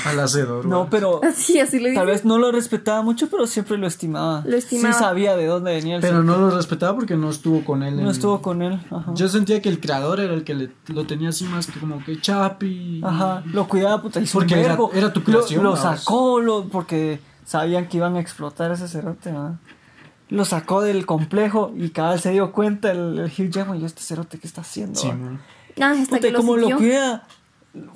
D: al hacedor.
A: No,
D: va.
A: pero
B: Así, así le
A: tal
B: dice.
A: vez no lo respetaba mucho, pero siempre lo estimaba.
B: Lo estimaba.
A: Sí sabía de dónde venía el
D: Pero
A: ser.
D: no lo respetaba porque no estuvo con él.
A: no,
D: en-
A: estuvo con él. Ajá.
D: Yo sentía que el creador era el que le- lo tenía así más que como que Chapi.
A: Ajá, lo cuidaba, puta, hizo
D: Porque
A: un
D: era-
A: vergo.
D: era tu
A: Lo-
D: creación,
A: Lo,
D: vamos.
A: sacó, lo, porque sabían que iban a explotar ese cerote, ¿verdad? Lo sacó del complejo y cada vez se dio cuenta el, el Hugh Jackman, yo este cerote, ¿qué está haciendo?
D: Sí,
A: va?"
D: man.
B: Ah, hasta
A: Puta,
B: que
A: y
B: lo
A: como lo
B: sintió.
A: cuida,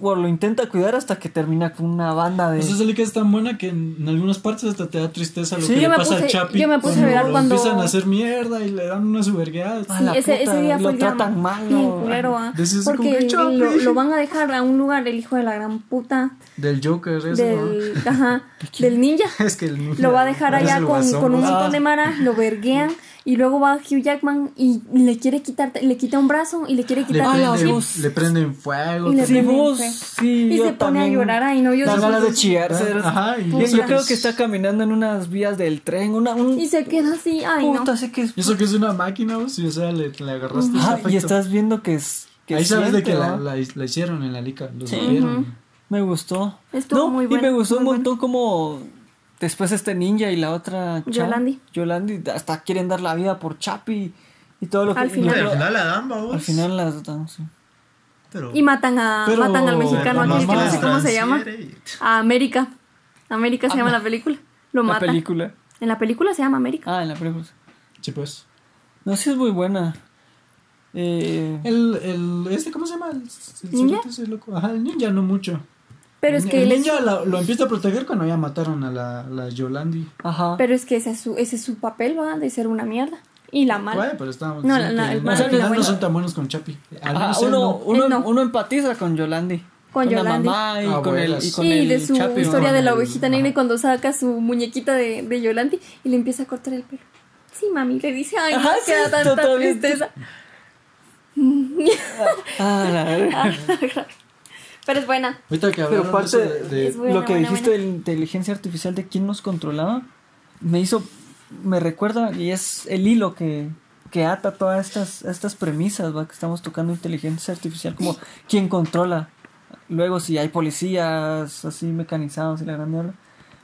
A: o lo intenta cuidar hasta que termina con una banda de...
D: Esa Pues es la que es tan buena que en, en algunas partes hasta te da tristeza lo
A: Sí, yo
D: que le
B: me
D: pasa
B: puse-
D: a Chapi.
B: yo me puse a llorar
D: lo
B: cuando- Ah.
D: Empiezan a hacer mierda y le dan una vergueada.
A: A
B: Sí,
A: la
B: ese,
A: puta,
B: ese día
A: lo
B: fue el día
A: tratan mal,
B: bien
A: ¿no?
B: culero, ah.
D: Decís como
B: Porque
D: que, "Chapi".
B: lo, lo van a dejar a un lugar, el hijo de la gran puta,
D: Del Joker, eso.
B: del, ajá, del ninja.
D: ¿no? Es que el ninja
B: Lo va a dejar
D: parece
B: allá
D: el
B: con,
D: guasón,
B: con un
A: Ah.
D: ¿no?
B: montón de maras, lo verguean y luego va Hugh Jackman y le quiere quitar, le quita un brazo y le quiere
D: Le
B: quitar
A: Ah, la
D: prenden,
A: voz.
D: le prenden fuego.
B: Y le-
A: Sí,
B: Realmente.
A: vos, sí,
B: Y
A: yo
B: se pone a
A: también.
B: llorar ahí, ¿no? Yo
A: Dan
B: después
A: ganas de
B: de-
A: chillar.
D: Ah,
A: cerote.
D: ajá, y-
A: yo, yo creo que
D: Putas.
A: está caminando en unas vías del tren, una, un
B: y se queda así, ay no.
A: puta, sé que es...
D: Y Eso que es una máquina, vos, y, o sea, le, le agarraste ese
A: Ajá, y
D: afecto.
A: estás viendo que es... Que
D: Ahí sabes de
A: siente,
D: Ah, que la,
A: ¿no?
D: la- la hicieron en la lica, lo
A: Sí.
D: supieron.
A: Me gustó.
B: Estuvo muy
A: y
B: bueno,
A: me gustó
B: muy
A: un montón como después este ninja y la otra chava,
B: Yolandi.
A: Yolandi hasta quieren dar la vida por Chapi y todo lo que
B: Al
E: Puta,
B: final.
A: y
E: Al
A: lo-
E: final la dan, vamos.
A: al final las dan, sí.
E: Pero.
B: Y matan a
D: Pero-
B: matan al mexicano
D: Pero
B: aquel que no sé
D: mamá,
B: cómo se llama.
E: transfiere.
B: A América. América se llama la película. Lo
A: Ah, La
B: mata.
A: película.
B: En la película se llama América.
A: Ah, en la película.
D: Sí, pues.
A: No sé, es muy buena. Eh,
D: El, el, este, ¿cómo se llama? El, el
B: ¿Ninja?
D: cerote ese loco. Ajá, el ninja no mucho.
B: Pero es
D: El-
B: que él
D: el
B: es-
D: ninja la- lo empieza a proteger cuando ya mataron a la, la Yolandi.
A: ajá.
B: Pero es que ese es su, ese es su papel, va, de ser una mierda. Y la mala.
D: Bueno, pero estábamos
B: No,
D: diciendo
B: la- la-
D: que
B: el malo
D: al
B: y la
D: final no
B: buena.
D: son tan buenos con Chapi. Al
A: Ajá,
D: menos él
A: uno,
D: no.
A: uno,
B: Él Eh, no.
A: uno empatiza con Yolandi.
B: Con
A: la
B: Yolandi.
A: mamá y
D: Ah,
A: con el,
D: abuelas.
A: y con
B: Sí, de
A: el
B: su
A: Chapi,
B: historia
A: ¿no?
B: de la
D: Con el-
B: ovejita negra y
D: ajá.
B: cuando saca su muñequita de, de Yolandi y le empieza a cortar el pelo. Sí, mami, le dice, ay,
A: Ajá,
B: no,
A: sí,
B: queda tanta
A: totalmente.
B: tristeza.
A: Ah, la verga.
B: Pero es buena.
D: Ahorita que
A: Pero
D: hablaron de
A: parte
D: eso de, de-
B: Es buena,
A: lo que
B: buena,
A: dijiste
B: buena.
A: de la inteligencia artificial de quién nos controlaba, me hizo, me recuerda, y es el hilo que, que ata todas estas, estas premisas, ¿va? que estamos tocando inteligencia artificial, como quién controla. Luego si hay policías así mecanizados y la gran mierda,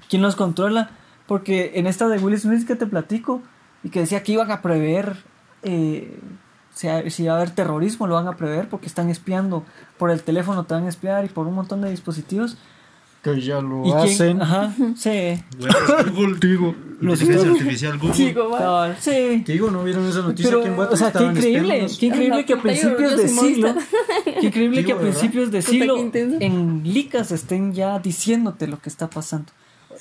A: ¿quién los controla? Porque en esta de Will Smith que te platico, y que decía que iban a prever eh, si, ha- si va a haber terrorismo, lo van a prever porque están espiando. Por el teléfono te van a espiar y por un montón de dispositivos.
D: que ya lo
A: ¿Y quién-
D: hacen.
A: Ajá, sí.
E: Google, digo. Inteligencia artificial, Google.
B: Sigo, va.
A: Cabal, sí.
D: Te digo, no vieron esa noticia
A: Pero,
D: que en Guate
A: o sea, qué
D: estaban
A: increíble,
D: espiándonos?
A: qué increíble
B: Ay,
A: que a
B: puta, yo-
A: principios
B: yo
A: de
B: soy
A: siglo,
B: modista.
A: qué increíble
D: Digo,
A: que a
D: ¿verdad?
A: principios de
B: Puta,
A: siglo
B: qué intenso.
A: en Licas estén ya diciéndote lo que está pasando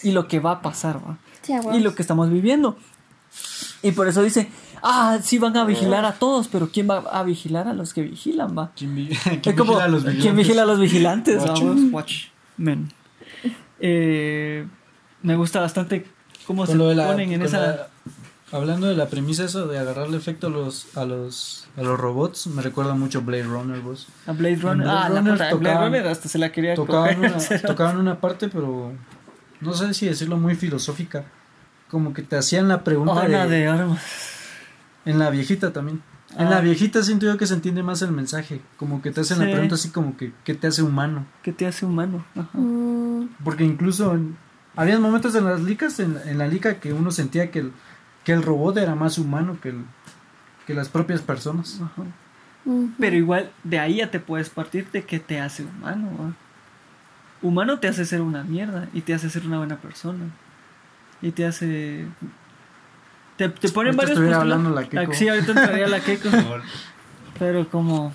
A: y lo que va a pasar, va.
B: Sí, a huevos.
A: y lo que estamos viviendo. Y por eso dice, ah, sí van a vigilar a todos, pero ¿quién va a vigilar a los que vigilan, va?
D: ¿Quién, vi-
A: Es
D: quién
A: como,
D: vigila a los
A: ¿Quién
D: vigilantes?
A: vigila a los vigilantes?
D: Watch.
A: vamos? Men. Eh, me gusta bastante cómo
D: Con
A: se
D: lo de la-
A: ponen en
D: con
A: esa...
D: la- hablando de la premisa esa de agarrarle efecto a los, a los, a los robots, me recuerda mucho Blade Runner, vos.
A: A Blade Runner.
D: Blade
A: ah, la
D: Runner
A: puta, en Blade
D: tocaban-
A: Runner hasta se la quería
D: Tocaban
A: coger.
D: una, tocaban una parte, pero no sé si decirlo muy filosófica. Como que te hacían la pregunta
A: Ona
D: de-
A: de armas.
D: En la viejita también. En
A: Ah.
D: la viejita siento yo que se entiende más el mensaje. Como que te hacen
A: Sí.
D: la pregunta así como que, ¿qué te hace humano?
A: ¿Qué te hace humano? Ajá.
B: Mm,
D: Porque incluso en- había momentos en las licas, en, en la lica, que uno sentía que el, que el robot era más humano que, el- que las propias personas.
A: ajá.
B: mm.
A: Pero igual, de ahí ya te puedes partir de qué te hace humano. ¿va? Humano te hace ser una mierda y te hace ser una buena persona. Y te hace. Te, te ponen
D: Ahorita
A: varios.
D: estuviera
A: postulados.
D: hablando la Keiko.
A: Ah, Sí, ahorita entraría la Keiko.
E: Por favor.
A: Pero como.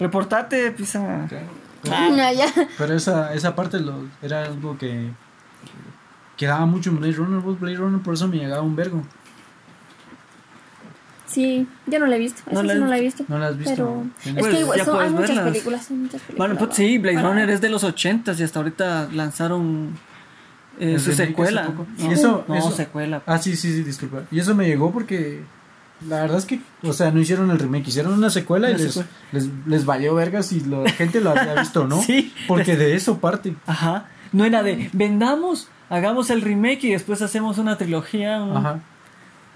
A: Reportate, pisa.
B: No, Mm, ya.
D: Pero esa, esa parte lo- era algo que quedaba mucho en Blade Runner. vos, Blade Runner por eso me llegaba un vergo.
B: Sí, yo no la he visto.
A: No
B: Esa
A: la
B: sí
A: he
B: no la he visto.
D: No la has visto.
B: Pero es
D: Tienes-
A: Pues,
B: que igual
A: ya
B: son, hay
A: puedes
B: muchas
A: verlas.
B: películas, hay muchas películas.
A: Bueno, pues
B: va.
A: sí, Blade
B: Para-
A: Runner es de los 80 y hasta ahorita lanzaron eh,
D: El
A: su
D: remake
A: secuela.
D: hace poco.
A: No,
D: Y eso-
A: no,
D: eso-
A: secuela.
D: Ah, sí, sí, sí, disculpa. Y eso me llegó porque la verdad es que, o sea, no hicieron el remake, hicieron una secuela y
A: Una
D: les,
A: secuela.
D: les, les valió verga si la gente lo había visto o no.
A: Sí.
D: Porque de eso parte.
A: Ajá. No era de vendamos, hagamos el remake y después hacemos una trilogía. un-
D: Ajá.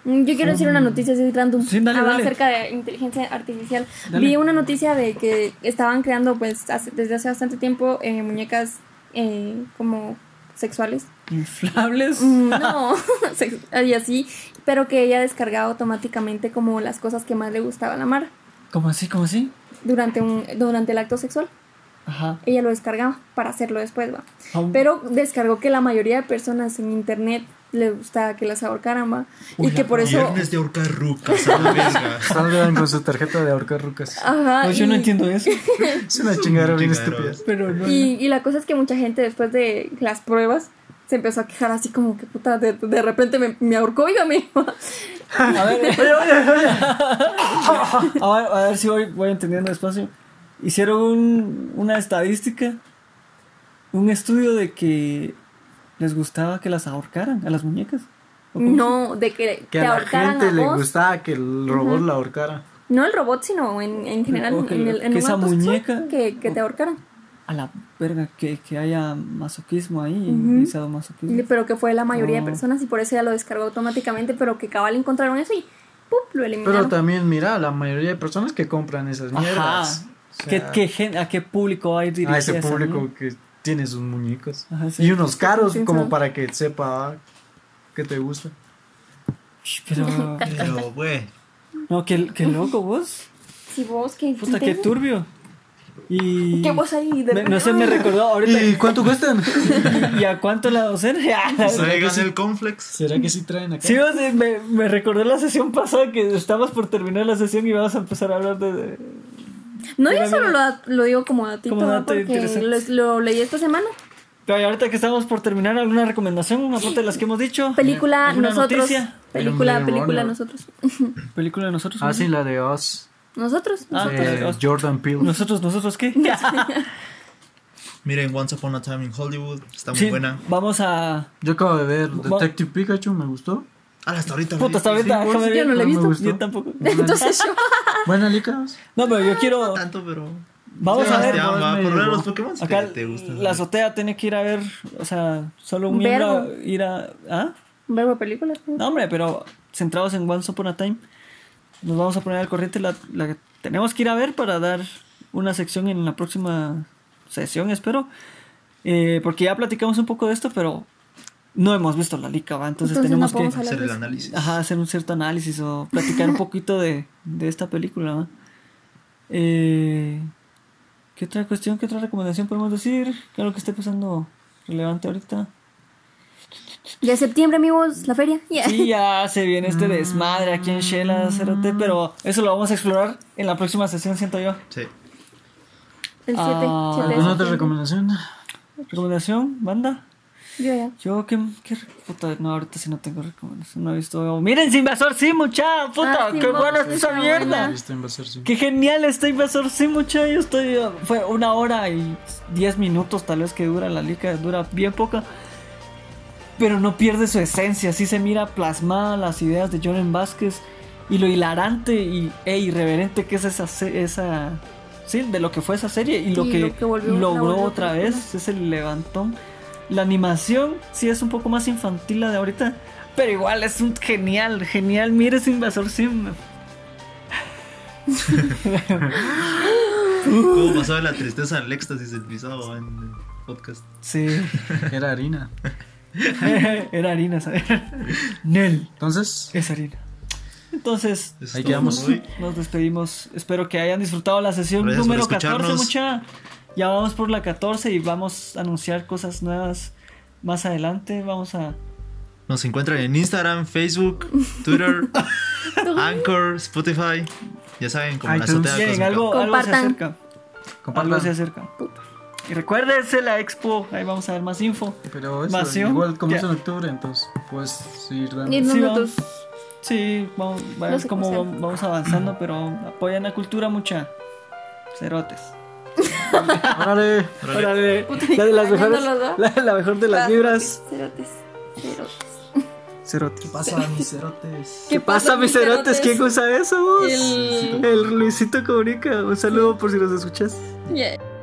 B: Mm, Yo quiero decir una noticia así random
A: Sí, dale,
B: Ah, va
A: dale.
B: acerca de inteligencia artificial.
A: Dale.
B: Vi una noticia de que estaban creando pues hace- desde hace bastante tiempo eh, muñecas eh, como sexuales.
A: Inflables.
B: Mm, No, sex- y así, pero que ella descargaba automáticamente como las cosas que más le gustaba a la Mara
A: ¿Cómo así? ¿Cómo así?
B: durante, un, durante el acto sexual.
A: Ajá.
B: Ella lo descargaba para hacerlo después, va.
A: Aún-
B: Pero descargó que la mayoría de personas en internet le gustaba que las ahorcaran, va.
D: Uy,
B: Y que
D: la-
B: por eso...
E: Viernes de ahorcar rucas, a la verga.
D: Salgan con su tarjeta de ahorcar rucas.
B: Ajá,
A: pues yo
B: y-
A: no entiendo eso.
D: Es una chingadera bien
E: Chingadera.
D: estúpida.
A: Pero no.
B: Y, y la cosa es que mucha gente después de las pruebas se empezó a quejar así como que puta, de, de repente me, me ahorcó, dígame.
A: A ver, oye, oye, oye. A ver, a ver si voy, voy entendiendo despacio. Hicieron un- una estadística, un estudio de que les gustaba que las ahorcaran a las muñecas. ¿O cómo?
B: No, de que, te
D: Que a la
B: ahorcaran
D: gente
B: a
D: le
B: vos.
D: gustaba que el robot la ahorcara.
B: No el robot, sino en, en general.
A: O que-
B: en el, en
A: que
B: un
A: esa
B: acto sexual,
A: muñeca-
B: Que, que te ahorcaran.
A: A la verga, que, que haya masoquismo ahí,
B: Ujú.
A: y sadomasoquismo.
B: Pero que fue la mayoría
A: Ah.
B: de personas y por eso ya lo descargó automáticamente, pero que cabal encontraron eso y ¡pum! lo
D: Pero
B: eliminaron.
D: también, mira, la mayoría de personas que compran esas
A: Ajá.
D: mierdas. O
A: ¿Qué-
D: sea,
A: qué gen- ¿A qué público va a ir dirigida
D: a ese
A: esa
D: público
A: mierda?
D: que tiene sus muñecos.
A: Ajá, sí.
D: Y unos caros,
B: Sí,
D: como
B: sí.
D: para que sepa ah, que te gusta.
A: Sh, Pero,
E: Pero, güey.
A: no, qué, qué loco vos.
B: si vos que...
A: Puta, qué turbio. Y.
B: ¿Qué vos ahí? De
A: me- no sé, me recordó ahorita.
D: ¿Y cuánto cuestan?
A: ¿Y a cuánto la docencia?
E: Traigan el Conflex.
C: ¿Será que sí traen acá?
A: Sí, o sea, me, me recordó la sesión pasada que estabas por terminar la sesión y vamos a empezar a hablar de. de-
B: No, yo solo lo, lo digo como a ti,
A: Como dato
B: porque
A: interesante.
B: lo, lo leí esta semana.
A: Pero ahorita que estamos por terminar, ¿alguna recomendación aparte de las que hemos dicho?
B: Película
A: ¿Alguna
B: Nosotros.
A: noticia?
B: Película,
D: Hombre,
B: película
D: Ronnie.
B: Nosotros.
A: ¿Película de nosotros?
D: Ah, sí, la de Oz.
B: Nosotros.
A: Ah,
D: de
A: la de Oz.
D: Jordan Peele.
A: ¿Nosotros, nosotros qué?
E: Miren, Once Upon a Time in Hollywood. Está muy
A: sí,
E: buena.
A: vamos a.
D: Yo acabo de ver
A: Va-
D: Detective Pikachu, me gustó.
E: Ah, hasta ahorita.
A: Puta, hasta ahorita.
D: sí,
A: déjame
D: vos-
A: ver.
B: yo no la he
A: Me
D: visto.
A: gustó. Yo tampoco.
B: Entonces yo.
D: Buena lica.
A: No, pero yo quiero.
E: No tanto, pero.
A: Vamos a
E: Sebastián
A: ver. pues,
E: va
D: vos
E: a
D: me
E: correr a
D: llegó.
E: los Pokémon.
A: Acá
E: Te, te gustan.
A: la azotea tiene que ir a ver, o sea, solo un miembro
B: Verbo.
A: ir a... ¿Ah?
B: Verbo película.
A: No, hombre, pero centrados en Once Upon a Time, nos vamos a poner al corriente. La, la- tenemos que ir a ver para dar una sección en la próxima sesión, espero. Eh, porque ya platicamos un poco de esto, pero no hemos visto la lica, ¿va? Entonces,
B: Entonces no
A: tenemos
B: podemos
A: que
B: hablar
E: Hacer
B: de
E: el
B: eso.
E: análisis.
A: ajá, hacer un cierto análisis o platicar un poquito de, de esta película. ¿va? Eh, ¿Qué otra cuestión, qué otra recomendación podemos decir? ¿Qué es lo que esté pasando relevante ahorita?
B: Ya septiembre, amigos, la feria. Yeah.
A: Sí, ya se viene este desmadre aquí en Shela, cerote, pero eso lo vamos a explorar en la próxima sesión, siento yo.
E: Sí.
B: El 7.
A: Ah,
D: ¿Alguna otra Pues recomendación?
A: ¿Recomendación? ¿Banda?
B: Yo ya.
A: Yo, ¿qué, qué re- puta? No, ahorita sí no tengo recomendación, no he visto. ¡Miren, sin invasor, sí, mucha! ¡Puta!
B: Ah,
A: ¡Qué
B: Invasor,
A: buena es esa
B: está
A: mierda!
B: buena.
C: Este invasor, sí.
A: ¡Qué genial está invasor, sí, mucha! Yo estoy. uh, Fue una hora y diez minutos, tal vez que dura la liga, dura bien poca. Pero no pierde su esencia, sí se mira plasmada las ideas de Jordan Vázquez y lo hilarante y, e irreverente que es esa, se- esa sí, de lo que fue esa serie y lo
B: Y
A: que,
B: lo que volvió- la
A: logró
B: volvió
A: otra
B: película.
A: vez, es el levantón. La animación sí es un poco más infantil la de ahorita, pero igual es un genial, genial, mire ese invasor sim.
E: ¿Cómo pasaba la tristeza al éxtasis del pisado en el podcast?
A: Sí,
D: Era harina.
A: era harina, ¿sabes? Nel,
D: Entonces,
A: es harina. Entonces,
E: Eso
D: Ahí
E: es todo
D: quedamos.
E: por hoy.
A: Nos despedimos. Espero que hayan disfrutado la sesión
E: Gracias por
A: número 14,
E: escucharnos.
A: mucha. Ya vamos por la 14 y vamos a anunciar cosas nuevas más adelante. Vamos a.
E: Nos encuentran en Instagram, Facebook, Twitter, Anchor, Spotify. Ya saben, como la
D: iTunes.
E: azotea
A: Miren,
E: cósmica.
A: algo, algo se
B: Compartan.
A: acerca. Algo se
D: compartan.
A: acerca. Y recuérdense la expo. Ahí vamos a ver más info.
D: Pero eso,
A: Vacío.
D: igual como
A: Ya.
D: es en octubre, entonces pues, puedes ir
B: Y
D: dando.
A: Sí, va.
B: nosotros.
A: Sí, vamos a ver
B: No sé
A: cómo
B: cómo sea.
A: vam- vamos avanzando, pero apoyan la cultura, mucha. Cerotes.
D: Órale.
E: Órale.
A: Órale. La de las mejores. La, la mejor de las vibras.
B: Cerotes. Cerotes.
A: Cerotes.
C: Pasa, mis cerotes.
A: ¿Qué pasa, mis cerotes? ¿Quién usa eso? vos?
B: El-
A: El Luisito Comunica. Un saludo por si nos escuchas.
B: Yeah.